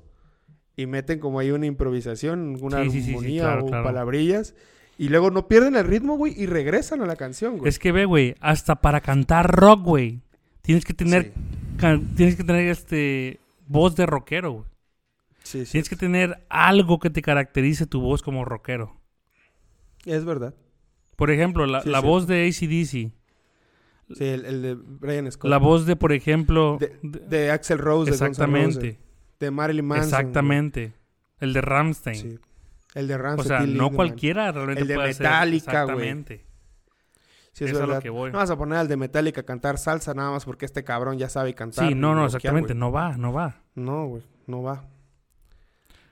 [SPEAKER 4] y meten como ahí una improvisación, una
[SPEAKER 5] Sí, sí, sí, sí,
[SPEAKER 4] armonía
[SPEAKER 5] claro,
[SPEAKER 4] o
[SPEAKER 5] claro.
[SPEAKER 4] palabrillas. Y luego no pierden el ritmo, güey, y regresan a la canción, güey.
[SPEAKER 5] Es que ve, güey, hasta para cantar rock, güey, tienes que tener can- tienes que tener este voz de rockero, güey.
[SPEAKER 4] Sí, sí,
[SPEAKER 5] Tienes que tener algo que te caracterice tu voz como rockero.
[SPEAKER 4] es verdad.
[SPEAKER 5] Por ejemplo, la,
[SPEAKER 4] Sí,
[SPEAKER 5] la
[SPEAKER 4] sí.
[SPEAKER 5] voz de ACDC.
[SPEAKER 4] Sí, el, el de Brian Scott.
[SPEAKER 5] La voz de, por ejemplo...
[SPEAKER 4] de, de Axel Rose, de Guns N' Roses,
[SPEAKER 5] exactamente.
[SPEAKER 4] de Marilyn Manson. güey.
[SPEAKER 5] Exactamente. El de Ramstein.
[SPEAKER 4] Sí. El de
[SPEAKER 5] O
[SPEAKER 4] Ramsey.
[SPEAKER 5] sea, no cualquiera realmente
[SPEAKER 4] El de
[SPEAKER 5] puede hacer-
[SPEAKER 4] Metallica, güey.
[SPEAKER 5] Exactamente.
[SPEAKER 4] Sí, es
[SPEAKER 5] Es a lo
[SPEAKER 4] verdad.
[SPEAKER 5] que voy.
[SPEAKER 4] No vas a poner al de Metallica a cantar salsa nada más porque este cabrón ya sabe cantar.
[SPEAKER 5] Sí, no,
[SPEAKER 4] y
[SPEAKER 5] no,
[SPEAKER 4] rockear,
[SPEAKER 5] exactamente.
[SPEAKER 4] güey.
[SPEAKER 5] No va, no va.
[SPEAKER 4] No, güey, no va.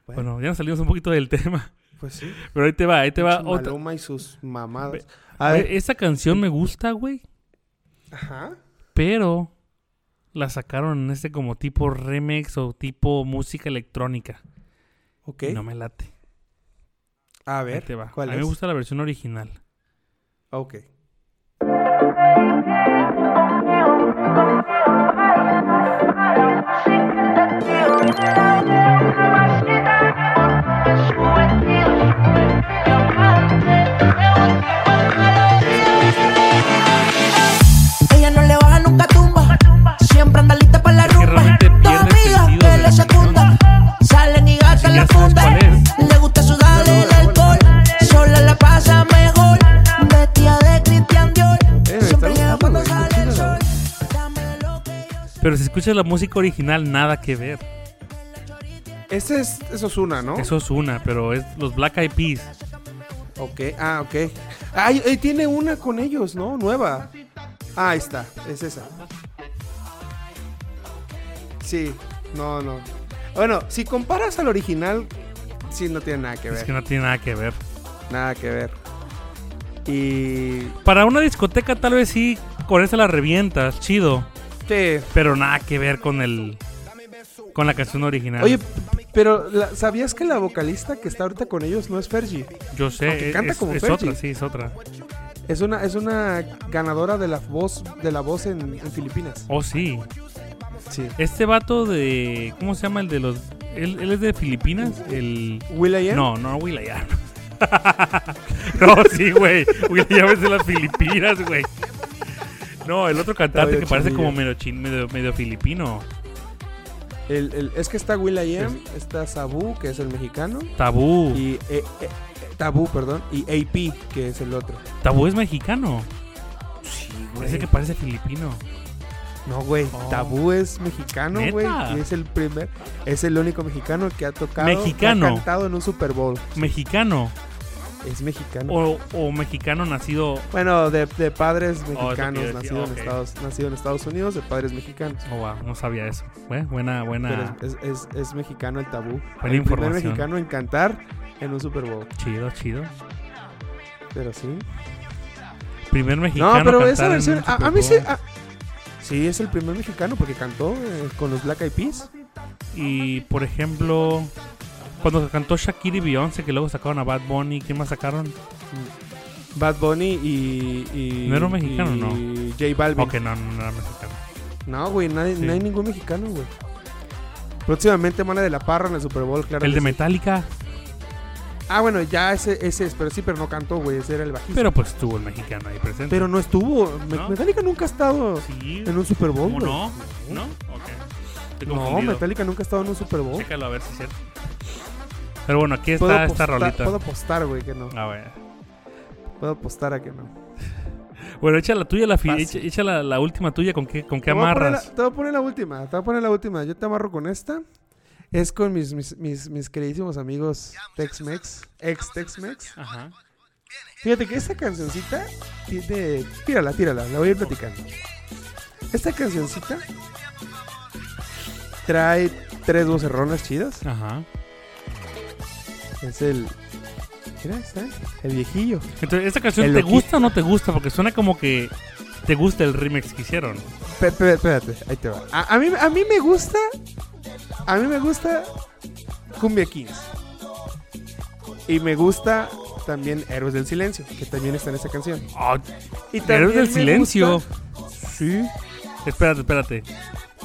[SPEAKER 4] Bueno.
[SPEAKER 5] Bueno, ya nos salimos un poquito del tema.
[SPEAKER 4] Pues sí.
[SPEAKER 5] Pero ahí te va, ahí te va
[SPEAKER 4] Pinche
[SPEAKER 5] Ah, otra.
[SPEAKER 4] Maluma y sus
[SPEAKER 5] Ve-
[SPEAKER 4] mamadas. A
[SPEAKER 5] Oye, eh,
[SPEAKER 4] ver,
[SPEAKER 5] Esa canción me gusta, güey.
[SPEAKER 4] ajá.
[SPEAKER 5] Pero la sacaron en este como tipo remix o tipo música electrónica.
[SPEAKER 4] Ok.
[SPEAKER 5] Y No me late.
[SPEAKER 4] A
[SPEAKER 5] Ahí
[SPEAKER 4] ver,
[SPEAKER 5] te va.
[SPEAKER 4] ¿cuál
[SPEAKER 5] a
[SPEAKER 4] es?
[SPEAKER 5] mí me gusta la versión original.
[SPEAKER 4] Ok.
[SPEAKER 11] Ella no le baja nunca tumba. Siempre anda lista para la rumba.
[SPEAKER 5] realmente
[SPEAKER 11] Dos
[SPEAKER 5] pierde el sentido
[SPEAKER 11] amigas
[SPEAKER 5] de
[SPEAKER 11] que
[SPEAKER 5] la
[SPEAKER 11] le secundan. Salen y gastan
[SPEAKER 5] Sí, ya
[SPEAKER 11] la
[SPEAKER 5] sabes
[SPEAKER 11] funda.
[SPEAKER 5] cuál
[SPEAKER 11] Le gusta sudar el alcohol. Sola la pasa mejor. Vestida de Christian Dior.
[SPEAKER 4] Eh, está
[SPEAKER 11] Siempre llega
[SPEAKER 4] gustando,
[SPEAKER 11] cuando
[SPEAKER 4] güey,
[SPEAKER 11] sale
[SPEAKER 4] está
[SPEAKER 11] el
[SPEAKER 4] chido,
[SPEAKER 11] sol.
[SPEAKER 4] ¿no?
[SPEAKER 5] Pero si escuchas la música original, nada que ver.
[SPEAKER 4] Ese es, eso es una, ¿no?
[SPEAKER 5] Eso es una, pero es los Black Eyed Peas.
[SPEAKER 4] Ok, ah, ok. Ay, eh, tiene una con ellos, ¿no? Nueva. Ah, ahí está, es esa. Sí, no, no. Bueno, si comparas al original, sí no tiene nada que ver.
[SPEAKER 5] Es que no tiene nada que ver.
[SPEAKER 4] Nada que ver. Y.
[SPEAKER 5] Para una discoteca, tal vez sí, con esa la revientas, chido.
[SPEAKER 4] Sí.
[SPEAKER 5] Pero nada que ver con el. Con la canción original.
[SPEAKER 4] Oye, pero la- ¿sabías que la vocalista que está ahorita con ellos no es Fergie?
[SPEAKER 5] yo sé.
[SPEAKER 4] aunque canta
[SPEAKER 5] es,
[SPEAKER 4] como
[SPEAKER 5] es
[SPEAKER 4] Fergie.
[SPEAKER 5] otra, sí, es otra.
[SPEAKER 4] Es una, es una ganadora de la voz, de la voz en, en Filipinas.
[SPEAKER 5] Oh, sí.
[SPEAKER 4] Sí.
[SPEAKER 5] Este vato de. ¿Cómo se llama el de los.? Él, él es de Filipinas. El.
[SPEAKER 4] ¿Will.i.am?
[SPEAKER 5] No, no, Will.i.am. no, sí, güey. Will.i.am es de las Filipinas, güey. No, el otro cantante
[SPEAKER 4] medio
[SPEAKER 5] que parece
[SPEAKER 4] chinillo.
[SPEAKER 5] como medio, chin- medio, medio filipino.
[SPEAKER 4] El- el- es que está Will está Sabu, que es el mexicano.
[SPEAKER 5] Tabú.
[SPEAKER 4] Y eh, eh, Tabú, perdón. Y AP, que es el otro.
[SPEAKER 5] Tabú es mexicano.
[SPEAKER 4] Sí,
[SPEAKER 5] Parece que parece filipino.
[SPEAKER 4] No, güey.
[SPEAKER 5] Oh.
[SPEAKER 4] Tabú es mexicano,
[SPEAKER 5] ¿Neta?
[SPEAKER 4] güey. Y es el primer, es el único mexicano que ha tocado.
[SPEAKER 5] Mexicano.
[SPEAKER 4] que ha cantado en un Super Bowl.
[SPEAKER 5] ¿Mexicano?
[SPEAKER 4] Es mexicano.
[SPEAKER 5] O, o mexicano nacido.
[SPEAKER 4] Bueno, de, de padres
[SPEAKER 5] Oh. Oh, es lo que yo
[SPEAKER 4] mexicanos,
[SPEAKER 5] decía,
[SPEAKER 4] nacido, en
[SPEAKER 5] ok.
[SPEAKER 4] Estados, nacido en Estados Unidos, de padres mexicanos.
[SPEAKER 5] Oh, wow, no sabía eso. Güey, buena, buena.
[SPEAKER 4] Pero es, es- es- es mexicano el tabú.
[SPEAKER 5] Buena
[SPEAKER 4] el primer
[SPEAKER 5] información.
[SPEAKER 4] mexicano en cantar en un Super Bowl.
[SPEAKER 5] Chido, chido.
[SPEAKER 4] Pero sí.
[SPEAKER 5] Primer mexicano.
[SPEAKER 4] no, pero
[SPEAKER 5] cantar
[SPEAKER 4] esa
[SPEAKER 5] en
[SPEAKER 4] versión.
[SPEAKER 5] un
[SPEAKER 4] A,
[SPEAKER 5] Super
[SPEAKER 4] a mí sí.
[SPEAKER 5] Bowl.
[SPEAKER 4] a- sí, es el primer mexicano porque cantó eh, con los Black Eyed Peas.
[SPEAKER 5] Y por ejemplo, cuando cantó Shakira y Beyoncé, que luego sacaron a Bad Bunny, ¿quién más sacaron?
[SPEAKER 4] Bad Bunny y. y-
[SPEAKER 5] ¿No era un mexicano, no?
[SPEAKER 4] Y J Balvin.
[SPEAKER 5] Ok, no, no, no era mexicano.
[SPEAKER 4] No, güey, nadie-
[SPEAKER 5] Sí.
[SPEAKER 4] no hay ningún mexicano, güey. Próximamente Mana de la Parra en el Super Bowl, claro.
[SPEAKER 5] El
[SPEAKER 4] que
[SPEAKER 5] de
[SPEAKER 4] sí.
[SPEAKER 5] Metallica,
[SPEAKER 4] Ah, bueno, ya ese, ese es, pero sí, pero no cantó, güey, ese era el bajista.
[SPEAKER 5] pero pues estuvo el mexicano ahí presente.
[SPEAKER 4] Pero no estuvo. Me-
[SPEAKER 5] ¿No?
[SPEAKER 4] Metallica nunca ha estado
[SPEAKER 5] sí,
[SPEAKER 4] en un Super Bowl.
[SPEAKER 5] ¿cómo
[SPEAKER 4] güey.
[SPEAKER 5] no? ¿No? Ok. Estoy
[SPEAKER 4] No,
[SPEAKER 5] confundido.
[SPEAKER 4] Metallica nunca ha estado en un Super Bowl.
[SPEAKER 5] Chécalo a ver si es cierto. Pero bueno, aquí
[SPEAKER 4] Puedo
[SPEAKER 5] está esta
[SPEAKER 4] apostar-
[SPEAKER 5] rolita.
[SPEAKER 4] Puedo apostar, güey, que no.
[SPEAKER 5] A ver.
[SPEAKER 4] Puedo apostar a que no.
[SPEAKER 5] Bueno, echa la tuya, la, fi- echa,
[SPEAKER 4] Fácil.
[SPEAKER 5] echa la, la última tuya, ¿con qué, con qué
[SPEAKER 4] Te voy a poner
[SPEAKER 5] amarras?
[SPEAKER 4] la- te voy a poner la última, te voy a poner la última. Yo te amarro con esta. Es con mis, mis, mis, mis queridísimos amigos Tex-Mex, ex-Tex-Mex.
[SPEAKER 5] Ajá.
[SPEAKER 4] Fíjate que esta cancioncita tiene. Tírala, tírala, la voy a ir platicando. Esta cancioncita trae tres vocerronas chidas.
[SPEAKER 5] Ajá.
[SPEAKER 4] Es el. Mira, está el viejillo.
[SPEAKER 5] Entonces, ¿esta canción
[SPEAKER 4] El
[SPEAKER 5] te
[SPEAKER 4] loqui-
[SPEAKER 5] gusta o no te gusta? Porque suena como que te gusta el remix que hicieron.
[SPEAKER 4] Pe- pe- Espérate, ahí te va. A, a mí, a mí me gusta. A mí me gusta Cumbia Kings. Y me gusta también Héroes del Silencio, que también está en esta canción.
[SPEAKER 5] Ah,
[SPEAKER 4] Y
[SPEAKER 5] Héroes
[SPEAKER 4] también
[SPEAKER 5] del
[SPEAKER 4] me
[SPEAKER 5] silencio.
[SPEAKER 4] gusta- Sí.
[SPEAKER 5] Espérate, espérate.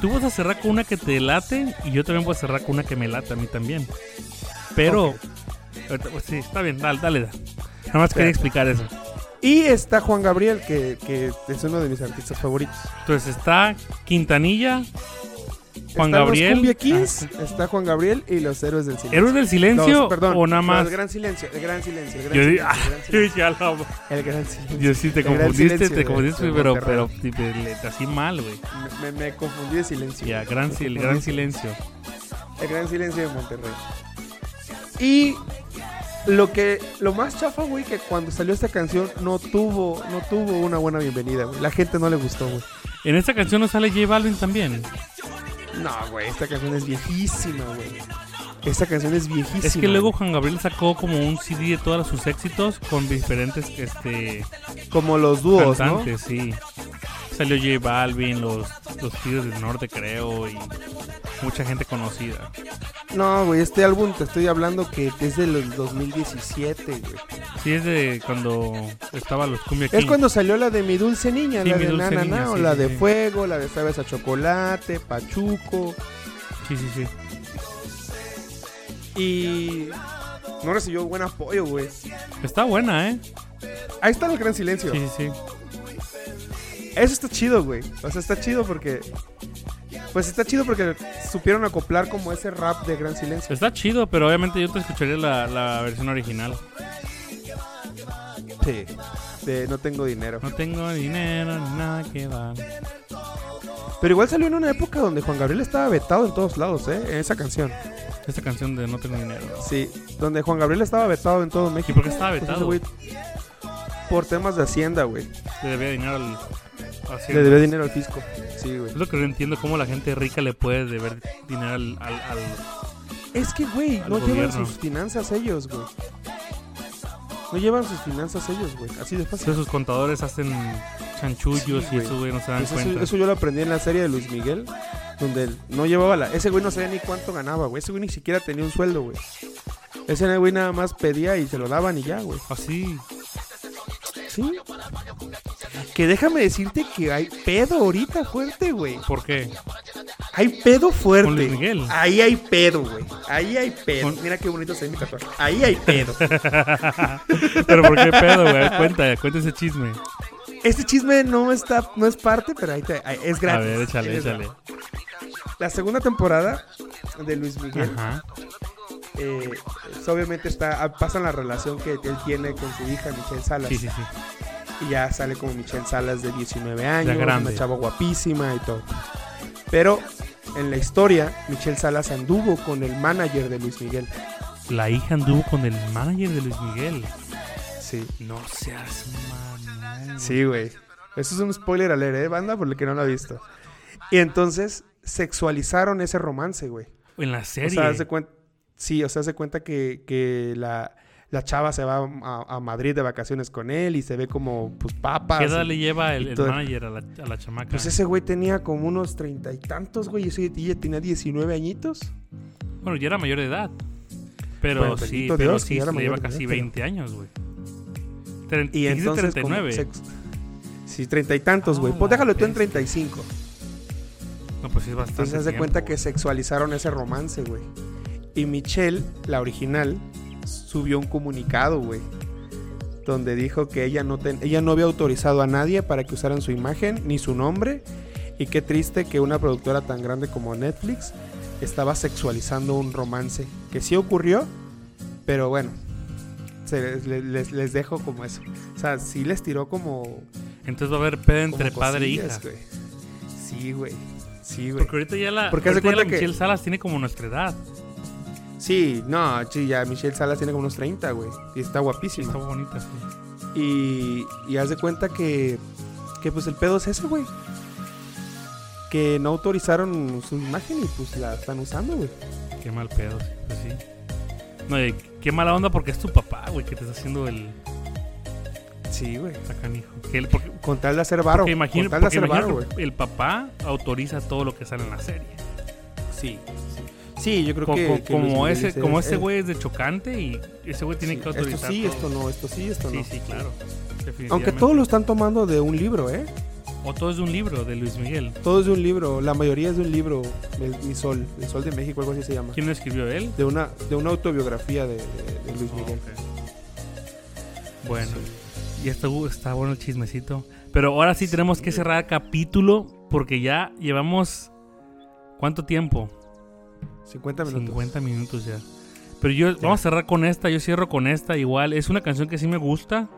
[SPEAKER 5] Tú vas a cerrar con una que te late y yo también voy a cerrar con una que me late a mí también. Pero. Ahorita- pues sí, está bien, dale, dale. Nada más quería
[SPEAKER 4] Espérate.
[SPEAKER 5] explicar eso.
[SPEAKER 4] Y está Juan Gabriel, que, que es uno de mis artistas favoritos.
[SPEAKER 5] Entonces está Quintanilla, Juan
[SPEAKER 4] Están
[SPEAKER 5] Gabriel.
[SPEAKER 4] Los Cumbia Kings,
[SPEAKER 5] Ah,
[SPEAKER 4] está Juan Gabriel y los Héroes del Silencio.
[SPEAKER 5] ¿Héroes del silencio
[SPEAKER 4] No, perdón,
[SPEAKER 5] o nada
[SPEAKER 4] no,
[SPEAKER 5] más?
[SPEAKER 4] el gran silencio, el gran silencio, el gran
[SPEAKER 5] Yo,
[SPEAKER 4] silencio.
[SPEAKER 5] ah,
[SPEAKER 4] el gran
[SPEAKER 5] yo
[SPEAKER 4] silencio,
[SPEAKER 5] dije, "A la ma-".
[SPEAKER 4] el gran silencio.
[SPEAKER 5] Yo sí te
[SPEAKER 4] El gran
[SPEAKER 5] confundiste,
[SPEAKER 4] silencio
[SPEAKER 5] te
[SPEAKER 4] de-
[SPEAKER 5] confundiste,
[SPEAKER 4] de
[SPEAKER 5] pero, pero
[SPEAKER 4] Monterrey.
[SPEAKER 5] te- le- así mal, güey.
[SPEAKER 4] Me, me- me confundí de silencio.
[SPEAKER 5] Ya, gran, sil-
[SPEAKER 4] Me
[SPEAKER 5] gran
[SPEAKER 4] confundí.
[SPEAKER 5] silencio.
[SPEAKER 4] El gran silencio de Monterrey. Y lo que lo más chafa, güey, que cuando salió esta canción no tuvo no tuvo una buena bienvenida, güey. La gente no le gustó, güey.
[SPEAKER 5] En esta canción no sale J Balvin también.
[SPEAKER 4] No, güey, esta canción es viejísima, güey. Esta canción es viejísima.
[SPEAKER 5] Es que luego Juan Gabriel sacó como un CD de todos sus éxitos con diferentes este,
[SPEAKER 4] como los dúos, ¿no?
[SPEAKER 5] cantantes, sí. Salió J Balvin, los, los Tigres del Norte, creo, y mucha gente conocida.
[SPEAKER 4] No, güey, este álbum te estoy hablando que es del 2017, güey.
[SPEAKER 5] Sí, es de cuando estaba los Cumbia
[SPEAKER 4] Es
[SPEAKER 5] King.
[SPEAKER 4] cuando salió la de Mi Dulce Niña,
[SPEAKER 5] Sí,
[SPEAKER 4] la
[SPEAKER 5] Mi
[SPEAKER 4] de
[SPEAKER 5] Dulce
[SPEAKER 4] Na Na
[SPEAKER 5] Niña,
[SPEAKER 4] Na, o
[SPEAKER 5] sí,
[SPEAKER 4] la
[SPEAKER 5] sí,
[SPEAKER 4] de
[SPEAKER 5] sí.
[SPEAKER 4] Fuego, la de Sabes a Chocolate, Pachuco.
[SPEAKER 5] Sí, sí, sí.
[SPEAKER 4] Y no recibió buen apoyo, güey.
[SPEAKER 5] Está buena, ¿eh?
[SPEAKER 4] Ahí está el gran silencio.
[SPEAKER 5] Sí, sí, sí.
[SPEAKER 4] Eso está chido, güey. O sea, está chido porque. Pues está chido porque supieron acoplar como ese rap de gran silencio.
[SPEAKER 5] Está chido, pero obviamente yo te escucharía la, la versión original.
[SPEAKER 4] Sí. De No tengo dinero.
[SPEAKER 5] No tengo dinero, ni nada que dar.
[SPEAKER 4] Pero igual salió en una época donde Juan Gabriel estaba vetado en todos lados, ¿eh? En esa canción.
[SPEAKER 5] Esta canción de No tengo dinero.
[SPEAKER 4] Sí, donde Juan Gabriel estaba vetado en todo México.
[SPEAKER 5] ¿Y por qué estaba
[SPEAKER 4] Pues ese
[SPEAKER 5] vetado?
[SPEAKER 4] güey- por temas de Hacienda, güey.
[SPEAKER 5] Le debía dinero al... así
[SPEAKER 4] Le debía dinero al fisco. Sí, güey.
[SPEAKER 5] Es lo que no entiendo, cómo la gente rica le puede deber dinero al, al, al-
[SPEAKER 4] Es que, güey,
[SPEAKER 5] Al
[SPEAKER 4] no llevan
[SPEAKER 5] gobierno.
[SPEAKER 4] sus finanzas ellos, güey. No llevan sus finanzas ellos, güey. Así de fácil.
[SPEAKER 5] Pero sus contadores hacen chanchullos y eso, güey, no se dan
[SPEAKER 4] Pues eso,
[SPEAKER 5] cuenta.
[SPEAKER 4] eso yo lo aprendí en la serie de Luis Miguel, donde él no llevaba la... Ese güey no sabía ni cuánto ganaba, güey. Ese güey ni siquiera tenía un sueldo, güey. Ese güey nada más pedía y se lo daban y ya, güey.
[SPEAKER 5] Así.
[SPEAKER 4] Sí. Que déjame decirte que hay pedo ahorita fuerte, güey.
[SPEAKER 5] ¿Por qué?
[SPEAKER 4] Hay pedo fuerte.
[SPEAKER 5] Con Luis Miguel.
[SPEAKER 4] Ahí hay pedo, güey. Ahí hay pedo. Mira qué bonito se ve mi tatuaje. Ahí hay pedo.
[SPEAKER 5] Pero ¿por qué pedo, güey? Cuenta, cuenta ese chisme.
[SPEAKER 4] Este chisme no está, no es parte, pero ahí te- ahí- es
[SPEAKER 5] A
[SPEAKER 4] gratis.
[SPEAKER 5] ver, échale,
[SPEAKER 4] Es
[SPEAKER 5] échale.
[SPEAKER 4] gratis. La segunda temporada de Luis Miguel.
[SPEAKER 5] Ajá.
[SPEAKER 4] eh, es- obviamente está, ah, pasa en la relación que él tiene con su hija Michelle Salas.
[SPEAKER 5] Sí, sí, sí.
[SPEAKER 4] Y ya sale como Michelle Salas de 19 años,
[SPEAKER 5] grande.
[SPEAKER 4] una chava guapísima y todo. Pero en la historia, Michelle Salas anduvo con el manager de Luis Miguel.
[SPEAKER 5] La hija anduvo con el manager de Luis Miguel.
[SPEAKER 4] Sí.
[SPEAKER 5] No seas mamón.
[SPEAKER 4] Sí, güey. Eso es un spoiler alert, ¿eh, banda? Por el que no lo ha visto. Y entonces sexualizaron ese romance, güey.
[SPEAKER 5] En la serie.
[SPEAKER 4] O sea, haz de cuenta, sí, o sea, se cuenta que, que la, la chava se va a, a Madrid de vacaciones con él y se ve como, pues, papas.
[SPEAKER 5] ¿Qué edad
[SPEAKER 4] y-
[SPEAKER 5] le lleva el,
[SPEAKER 4] y
[SPEAKER 5] el
[SPEAKER 4] todo.
[SPEAKER 5] manager a la, a la chamaca?
[SPEAKER 4] Pues ese güey tenía como unos treinta y tantos, güey. Y ese ella tenía 19 añitos.
[SPEAKER 5] Bueno, ya era mayor de edad. Pero
[SPEAKER 4] Bueno,
[SPEAKER 5] sí,
[SPEAKER 4] bendito
[SPEAKER 5] pero
[SPEAKER 4] Dios,
[SPEAKER 5] sí,
[SPEAKER 4] que ya era
[SPEAKER 5] le lleva
[SPEAKER 4] mayor de
[SPEAKER 5] casi
[SPEAKER 4] edad, pero-
[SPEAKER 5] 20 años, güey. Tre-
[SPEAKER 4] Y
[SPEAKER 5] dijiste
[SPEAKER 4] entonces, como
[SPEAKER 5] 39.
[SPEAKER 4] sex- Sí, treinta y tantos,
[SPEAKER 5] Ah,
[SPEAKER 4] güey. Pues
[SPEAKER 5] la
[SPEAKER 4] déjalo tú en
[SPEAKER 5] bestia.
[SPEAKER 4] 35.
[SPEAKER 5] No, pues sí es bastante
[SPEAKER 4] Entonces, haz de
[SPEAKER 5] tiempo,
[SPEAKER 4] cuenta
[SPEAKER 5] güey.
[SPEAKER 4] que sexualizaron ese romance, güey. Y Michelle, la original, subió un comunicado, güey. Donde dijo que ella no, ten- ella no había autorizado a nadie para que usaran su imagen ni su nombre. Y qué triste que una productora tan grande como Netflix estaba sexualizando un romance. Que sí ocurrió, pero bueno. se- le- les, les dejo como eso. O sea, sí les tiró como.
[SPEAKER 5] Entonces va a haber pedo entre
[SPEAKER 4] como
[SPEAKER 5] padre e hija.
[SPEAKER 4] cosillas, güey. Sí, güey. Sí, güey.
[SPEAKER 5] Porque ahorita ya la,
[SPEAKER 4] Porque haz de
[SPEAKER 5] ahorita ya la
[SPEAKER 4] cuenta que-
[SPEAKER 5] Michelle Salas tiene como nuestra edad.
[SPEAKER 4] Sí, no, sí, ya Michelle Salas tiene como unos 30, güey. Y está
[SPEAKER 5] Sí, está
[SPEAKER 4] guapísima.
[SPEAKER 5] bonita, sí.
[SPEAKER 4] Y, y haz de cuenta que, que pues el pedo es ese, güey. Que no autorizaron su imagen y pues la están usando, güey.
[SPEAKER 5] Qué mal pedo, sí, pues sí. No, y qué mala onda porque es tu papá, güey, que te está haciendo el
[SPEAKER 4] Sí, güey.
[SPEAKER 5] sacanijo. Que él- porque,
[SPEAKER 4] Con tal de hacer varo.
[SPEAKER 5] porque imagina-
[SPEAKER 4] con tal de
[SPEAKER 5] porque
[SPEAKER 4] hacer
[SPEAKER 5] imagina
[SPEAKER 4] varo, güey.
[SPEAKER 5] que el papá autoriza todo lo que sale en la serie.
[SPEAKER 4] Sí, sí. Sí, yo creo
[SPEAKER 5] Co-
[SPEAKER 4] que,
[SPEAKER 5] co-
[SPEAKER 4] que Luis
[SPEAKER 5] como
[SPEAKER 4] Miguel
[SPEAKER 5] ese,
[SPEAKER 4] dice,
[SPEAKER 5] como
[SPEAKER 4] es
[SPEAKER 5] ese
[SPEAKER 4] él.
[SPEAKER 5] güey es de chocante y ese güey tiene
[SPEAKER 4] Sí,
[SPEAKER 5] que
[SPEAKER 4] Esto
[SPEAKER 5] autorizar.
[SPEAKER 4] sí,
[SPEAKER 5] todo.
[SPEAKER 4] esto no, esto sí, esto
[SPEAKER 5] Sí,
[SPEAKER 4] no.
[SPEAKER 5] sí, claro.
[SPEAKER 4] Aunque
[SPEAKER 5] definitivamente.
[SPEAKER 4] todos lo están tomando de un libro, ¿eh?
[SPEAKER 5] O todo es de un libro de Luis Miguel.
[SPEAKER 4] Todo es de un libro, la mayoría es de un libro, el- Mi Sol, El Sol de México, algo así se llama.
[SPEAKER 5] ¿Quién lo escribió él?
[SPEAKER 4] De una, de una autobiografía de, de- de Luis
[SPEAKER 5] Oh,
[SPEAKER 4] Miguel.
[SPEAKER 5] ok. Bueno, ya está, está bueno el chismecito. Pero ahora sí tenemos que cerrar capítulo porque ya llevamos. ¿Cuánto tiempo?
[SPEAKER 4] 50 minutos.
[SPEAKER 5] 50 minutos ya. Pero yo, vamos a cerrar con esta. Yo cierro con esta igual. Es una canción que sí me gusta.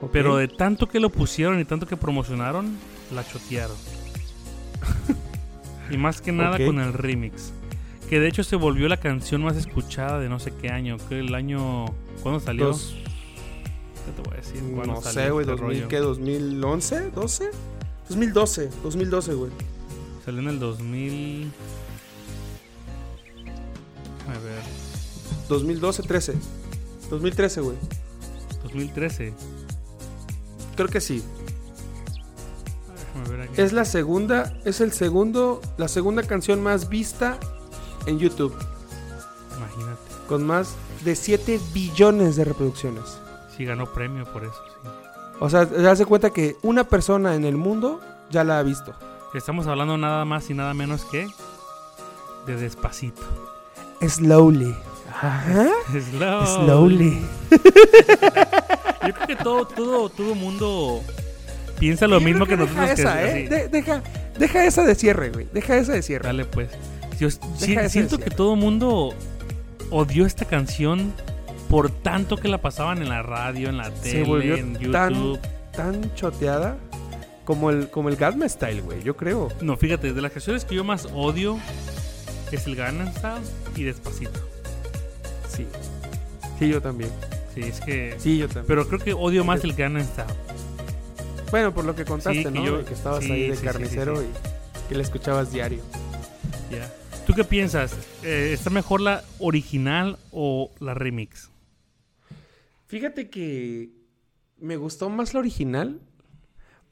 [SPEAKER 4] Ok.
[SPEAKER 5] Pero de tanto que lo pusieron y tanto que promocionaron, la chotearon. y más que nada
[SPEAKER 4] Ok.
[SPEAKER 5] con el remix. Que de hecho se volvió la canción más escuchada de no sé qué año. Que el año. ¿Cuándo salió?
[SPEAKER 4] Dos-
[SPEAKER 5] Ya te voy a decir. cuándo
[SPEAKER 4] no
[SPEAKER 5] salió
[SPEAKER 4] sé, güey,
[SPEAKER 5] este
[SPEAKER 4] 2000,
[SPEAKER 5] rollo.
[SPEAKER 4] ¿qué? ¿2011? ¿12? 2012, 2012, güey.
[SPEAKER 5] Salió en el 2000. A ver.
[SPEAKER 4] 2012, 13. 2013, güey.
[SPEAKER 5] 2013.
[SPEAKER 4] Creo que sí.
[SPEAKER 5] Déjame ver aquí.
[SPEAKER 4] Es la segunda, es el segundo, la segunda canción más vista en YouTube.
[SPEAKER 5] Imagínate.
[SPEAKER 4] Con más de 7 billones de reproducciones.
[SPEAKER 5] Sí, ganó premio por eso. sí.
[SPEAKER 4] O sea, se hace cuenta que una persona en el mundo ya la ha visto.
[SPEAKER 5] Estamos hablando nada más y nada menos que. De despacito.
[SPEAKER 4] Slowly. Ajá.
[SPEAKER 5] Slow.
[SPEAKER 4] Slowly.
[SPEAKER 5] Yo creo que todo, todo, todo mundo piensa lo mismo que, nosotros.
[SPEAKER 4] Deja
[SPEAKER 5] que-
[SPEAKER 4] esa,
[SPEAKER 5] así.
[SPEAKER 4] ¿eh? De- deja, deja esa de cierre, güey. Deja esa de cierre.
[SPEAKER 5] Dale pues. Yo si-
[SPEAKER 4] ese
[SPEAKER 5] siento que
[SPEAKER 4] cierre.
[SPEAKER 5] todo mundo odió esta canción por tanto que la pasaban en la radio, en la
[SPEAKER 4] Se
[SPEAKER 5] tele,
[SPEAKER 4] volvió
[SPEAKER 5] en YouTube.
[SPEAKER 4] tan- Tan choteada como el, como el Gadma Style, güey. Yo creo.
[SPEAKER 5] No, fíjate, de las canciones que yo más odio es el Gangnam Style y Despacito.
[SPEAKER 4] Sí. Sí, yo también.
[SPEAKER 5] Sí, es que.
[SPEAKER 4] Sí, yo también.
[SPEAKER 5] Pero creo que odio más el Gangnam Style.
[SPEAKER 4] bueno, por lo que contaste,
[SPEAKER 5] que
[SPEAKER 4] ¿no?
[SPEAKER 5] yo-
[SPEAKER 4] De que estabas
[SPEAKER 5] sí,
[SPEAKER 4] ahí de
[SPEAKER 5] sí, sí, sí,
[SPEAKER 4] carnicero
[SPEAKER 5] sí.
[SPEAKER 4] y que la escuchabas diario.
[SPEAKER 5] Ya. ¿Tú qué piensas? Eh, ¿Está mejor la original o la remix?
[SPEAKER 4] Fíjate que me gustó más la original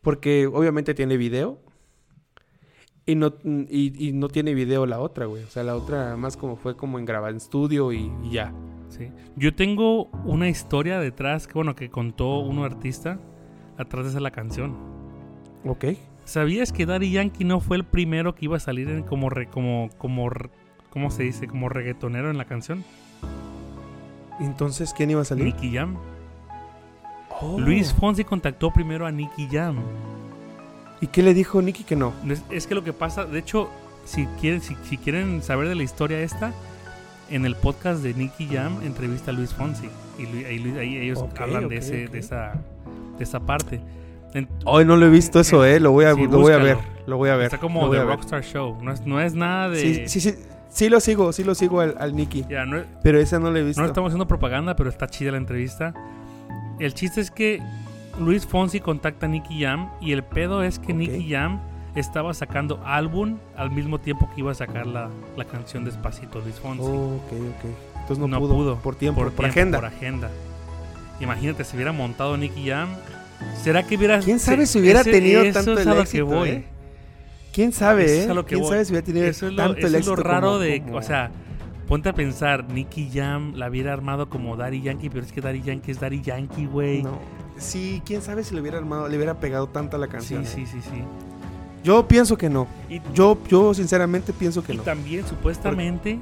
[SPEAKER 4] porque obviamente tiene video y no, y, y no tiene video la otra, güey. O sea, la otra más como fue como en grabar en estudio y, y ya.
[SPEAKER 5] Sí. Yo tengo una historia detrás que, bueno, que contó uno artista atrás de esa la canción.
[SPEAKER 4] Ok.
[SPEAKER 5] ¿Sabías que Daddy Yankee no fue el primero que iba a salir en como re- como como re- ¿cómo se dice? como reggaetonero en la canción?
[SPEAKER 4] Entonces, ¿quién iba a salir?
[SPEAKER 5] Nicky Jam.
[SPEAKER 4] Oh.
[SPEAKER 5] Luis Fonsi contactó primero a Nicky Jam.
[SPEAKER 4] ¿Y qué le dijo Nicky que no?
[SPEAKER 5] Es, es que lo que pasa, de hecho, si quieren, si, si quieren saber de la historia esta, en el podcast de Nicky Jam entrevista a Luis Fonsi. Y Lu- ahí, Luis- ahí ellos
[SPEAKER 4] Ok,
[SPEAKER 5] hablan
[SPEAKER 4] ok,
[SPEAKER 5] de, ese,
[SPEAKER 4] ok.
[SPEAKER 5] de, esa, de esa parte. En-
[SPEAKER 4] Hoy no lo he visto eso, eh. Lo voy a,
[SPEAKER 5] Sí,
[SPEAKER 4] lo voy a ver.
[SPEAKER 5] búscalo.
[SPEAKER 4] Lo voy a ver.
[SPEAKER 5] Está
[SPEAKER 4] lo
[SPEAKER 5] como
[SPEAKER 4] voy
[SPEAKER 5] The
[SPEAKER 4] a ver.
[SPEAKER 5] Rockstar Show. No es, no es nada de.
[SPEAKER 4] Sí, sí, sí. Sí lo sigo, sí lo sigo al, al Nicky.
[SPEAKER 5] Ya, no,
[SPEAKER 4] Pero esa no la he visto.
[SPEAKER 5] no estamos haciendo propaganda, pero está chida la entrevista. El chiste es que Luis Fonsi contacta a Nicky Jam y el pedo es que Nicky Jam estaba sacando álbum al mismo tiempo que iba a sacar la, la canción Despacito Luis Fonsi.
[SPEAKER 4] Oh, ok, ok. Entonces no, pudo, Por tiempo, por,
[SPEAKER 5] tiempo,
[SPEAKER 4] agenda.
[SPEAKER 5] por agenda. Imagínate, si hubiera montado Nicky Jam. ¿Será que hubiera.?
[SPEAKER 4] ¿Quién sabe
[SPEAKER 5] se-
[SPEAKER 4] si hubiera
[SPEAKER 5] ese-
[SPEAKER 4] tenido
[SPEAKER 5] eso
[SPEAKER 4] tanto
[SPEAKER 5] es
[SPEAKER 4] el
[SPEAKER 5] a lo
[SPEAKER 4] éxito,
[SPEAKER 5] que voy.
[SPEAKER 4] eh? ¿Quién sabe,
[SPEAKER 5] Eso es
[SPEAKER 4] eh?
[SPEAKER 5] a lo que
[SPEAKER 4] ¿Quién
[SPEAKER 5] voy.
[SPEAKER 4] sabe si hubiera tenido
[SPEAKER 5] Eso es lo,
[SPEAKER 4] tanto
[SPEAKER 5] eso
[SPEAKER 4] el
[SPEAKER 5] es
[SPEAKER 4] éxito?
[SPEAKER 5] lo raro
[SPEAKER 4] como-
[SPEAKER 5] de.
[SPEAKER 4] como-
[SPEAKER 5] O sea, ponte a pensar, Nicky Jam la hubiera armado como Daddy Yankee, pero es que Daddy Yankee es Daddy Yankee, güey.
[SPEAKER 4] No. Sí, quién sabe si le hubiera armado, le hubiera pegado tanto a la canción.
[SPEAKER 5] sí,
[SPEAKER 4] eh?
[SPEAKER 5] sí, sí, sí.
[SPEAKER 4] Yo pienso que no.
[SPEAKER 5] Y-
[SPEAKER 4] Yo, yo sinceramente pienso que
[SPEAKER 5] Y
[SPEAKER 4] no.
[SPEAKER 5] también, supuestamente,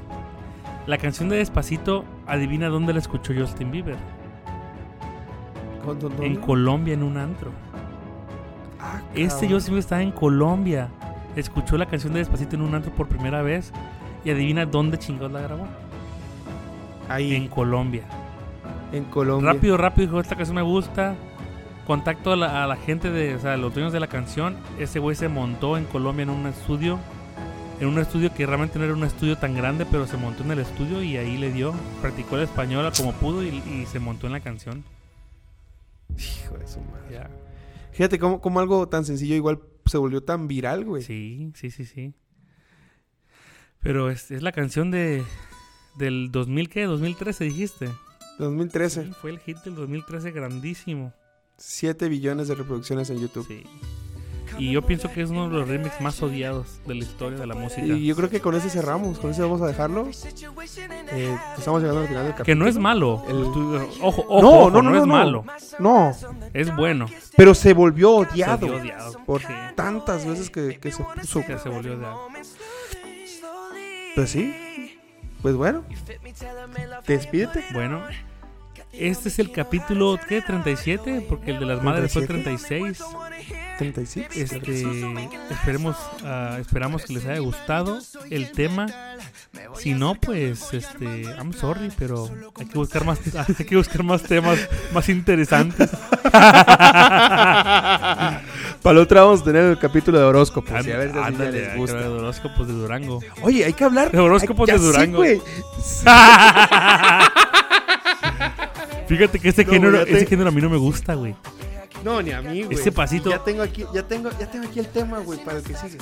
[SPEAKER 5] la canción de Despacito, adivina dónde la escuchó Justin Bieber.
[SPEAKER 4] ¿Con- dónde? Ah,
[SPEAKER 5] En Colombia, en un antro. Este
[SPEAKER 4] cabrón.
[SPEAKER 5] Justin Bieber estaba en Colombia. Escuchó la canción de Despacito en un antro por primera vez. Y adivina dónde chingados la grabó.
[SPEAKER 4] Ahí.
[SPEAKER 5] En Colombia.
[SPEAKER 4] En Colombia.
[SPEAKER 5] Rápido, rápido, dijo, esta canción me gusta. Contacto a la, a la gente de, o sea, los dueños de la canción. Ese güey se montó en Colombia en un estudio. En un estudio que realmente no era un estudio tan grande, pero se montó en el estudio y ahí le dio. Practicó la española como pudo y, y se montó en la canción.
[SPEAKER 4] Hijo de su madre. Fíjate cómo, cómo algo tan sencillo igual se volvió tan viral, güey.
[SPEAKER 5] Sí, sí, sí, sí. Pero es, es la canción de del 2000, ¿qué? 2013 dijiste.
[SPEAKER 4] 2013.
[SPEAKER 5] Sí, fue el hit del 2013 grandísimo.
[SPEAKER 4] 7 billones de reproducciones en YouTube.
[SPEAKER 5] Y yo pienso que es uno de los remixes más odiados de la historia de la música.
[SPEAKER 4] Y yo creo que con ese cerramos, con ese vamos a dejarlo. Eh, estamos llegando al final del capítulo.
[SPEAKER 5] Que no es malo.
[SPEAKER 4] El-
[SPEAKER 5] Tú- ojo, ojo,
[SPEAKER 4] No,
[SPEAKER 5] ojo,
[SPEAKER 4] no,
[SPEAKER 5] no,
[SPEAKER 4] no, no,
[SPEAKER 5] es
[SPEAKER 4] no.
[SPEAKER 5] malo.
[SPEAKER 4] No,
[SPEAKER 5] Es bueno.
[SPEAKER 4] pero se volvió odiado.
[SPEAKER 5] Se volvió odiado,
[SPEAKER 4] Por
[SPEAKER 5] sí.
[SPEAKER 4] tantas veces que, que se puso.
[SPEAKER 5] Que se volvió odiado.
[SPEAKER 4] Pues sí. Pues bueno. Despídete.
[SPEAKER 5] Bueno, este es el capítulo, ¿qué? 37, porque el de las madres fue 36.
[SPEAKER 4] 36.
[SPEAKER 5] Este, esperemos, ah, esperamos que les haya gustado el tema. Si no, pues, este, I'm sorry, pero hay que buscar más, hay que buscar más temas más interesantes.
[SPEAKER 4] Para la otra vamos a tener el capítulo de horóscopos.
[SPEAKER 5] And-
[SPEAKER 4] y a ver si así ya
[SPEAKER 5] ándale, hay
[SPEAKER 4] les
[SPEAKER 5] que
[SPEAKER 4] gusta.
[SPEAKER 5] hablar de horóscopos de Durango.
[SPEAKER 4] Oye, hay que hablar.
[SPEAKER 5] De horóscopos
[SPEAKER 4] Ay, ya
[SPEAKER 5] de
[SPEAKER 4] sí,
[SPEAKER 5] Durango.
[SPEAKER 4] güey.
[SPEAKER 5] Fíjate que este
[SPEAKER 4] No,
[SPEAKER 5] género,
[SPEAKER 4] ya te-
[SPEAKER 5] este género a mí no me gusta, güey.
[SPEAKER 4] No, ni a mí, güey.
[SPEAKER 5] Este pasito-
[SPEAKER 4] Ya tengo aquí, ya tengo, ya tengo aquí el tema, güey, para el que sigue.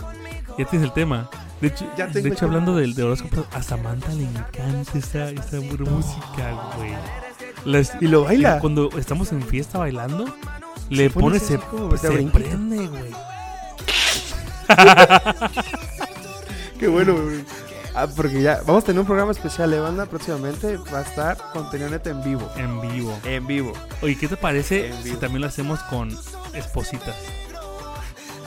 [SPEAKER 5] Ya tienes el tema. De hecho,
[SPEAKER 4] Ya
[SPEAKER 5] de
[SPEAKER 4] tengo el
[SPEAKER 5] hecho hablando del de horóscopos, a Samantha le encanta esa, esa música, güey. Las-
[SPEAKER 4] Y lo baila.
[SPEAKER 5] Cuando estamos en fiesta bailando, le
[SPEAKER 4] pone
[SPEAKER 5] pones se,
[SPEAKER 4] así como de
[SPEAKER 5] se
[SPEAKER 4] brinquito.
[SPEAKER 5] prende, güey.
[SPEAKER 4] Qué bueno, güey. Ah, porque ya vamos a tener un programa especial de banda próximamente. Va a estar contenido neto en vivo.
[SPEAKER 5] En vivo.
[SPEAKER 4] En vivo.
[SPEAKER 5] Oye, ¿qué te parece
[SPEAKER 4] En
[SPEAKER 5] si
[SPEAKER 4] vivo.
[SPEAKER 5] también lo hacemos con espositas?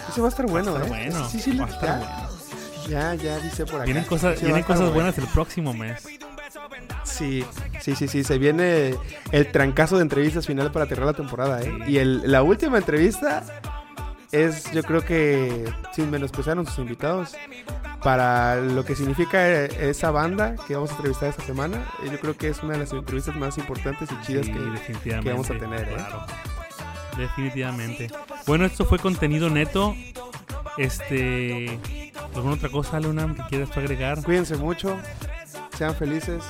[SPEAKER 4] Eso va a estar bueno,
[SPEAKER 5] Está
[SPEAKER 4] ¿eh?
[SPEAKER 5] bueno.
[SPEAKER 4] Sí, sí,
[SPEAKER 5] va a
[SPEAKER 4] ya,
[SPEAKER 5] estar bueno.
[SPEAKER 4] ya, ya dice por acá.
[SPEAKER 5] Vienen cosas,
[SPEAKER 4] Sí, va a
[SPEAKER 5] vienen
[SPEAKER 4] estar
[SPEAKER 5] cosas
[SPEAKER 4] bueno.
[SPEAKER 5] buenas el próximo mes.
[SPEAKER 4] Sí, sí, sí, sí. Se viene el trancazo de entrevistas final para cerrar la temporada, ¿eh? Y el- la última entrevista es, yo creo que, sin menospreciar a sus invitados, para lo que significa eh, esa banda que vamos a entrevistar esta semana, eh, yo creo que es una de las entrevistas más importantes y chidas
[SPEAKER 5] Sí,
[SPEAKER 4] que,
[SPEAKER 5] definitivamente,
[SPEAKER 4] que vamos a tener, ¿eh?
[SPEAKER 5] claro. Definitivamente. Bueno, esto fue contenido neto. Este. ¿Alguna otra cosa, Leonam, que quieras tú agregar?
[SPEAKER 4] Cuídense mucho, sean felices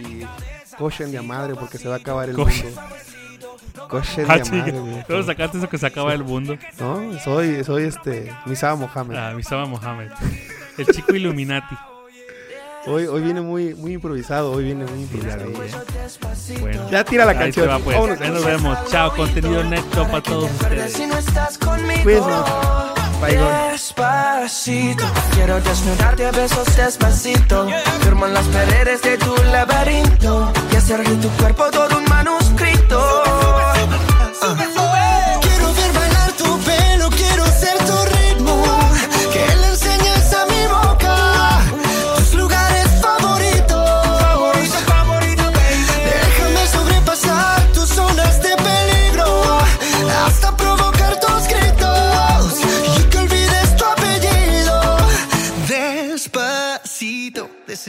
[SPEAKER 4] y cochen de a madre porque se va a acabar el
[SPEAKER 5] Cochen.
[SPEAKER 4] mundo. Cochen de
[SPEAKER 5] Ah,
[SPEAKER 4] a
[SPEAKER 5] chinga.
[SPEAKER 4] madre, güey.
[SPEAKER 5] Luego sacaste eso que se acaba el mundo.
[SPEAKER 4] No, soy, soy este, Misaba Mohamed.
[SPEAKER 5] Ah, Misama Mohamed. El chico Illuminati.
[SPEAKER 4] Hoy, hoy viene muy, muy improvisado, hoy viene muy improvisado.
[SPEAKER 5] Bueno,
[SPEAKER 4] ya tira la
[SPEAKER 5] ahí
[SPEAKER 4] canción.
[SPEAKER 5] se va, pues.
[SPEAKER 4] Vámonos.
[SPEAKER 5] Ahí nos vemos. Chao, contenido neto para todos ustedes.
[SPEAKER 12] Si no estás conmigo,
[SPEAKER 4] Pues no. Baigón.
[SPEAKER 12] despacito. Quiero desnudarte a besos despacito. Firmo en las paredes de tu laberinto. Y hacer de tu cuerpo todo un manuscrito. Ah.
[SPEAKER 13] Quiero ver bailar tu pelo, quiero ser tu ritmo. Que le enseñes a mi boca tus lugares favoritos. Favorito, favorito, baby. Déjame sobrepasar tus zonas de peligro. Hasta provocar tus gritos y que olvides tu apellido. Despacito, this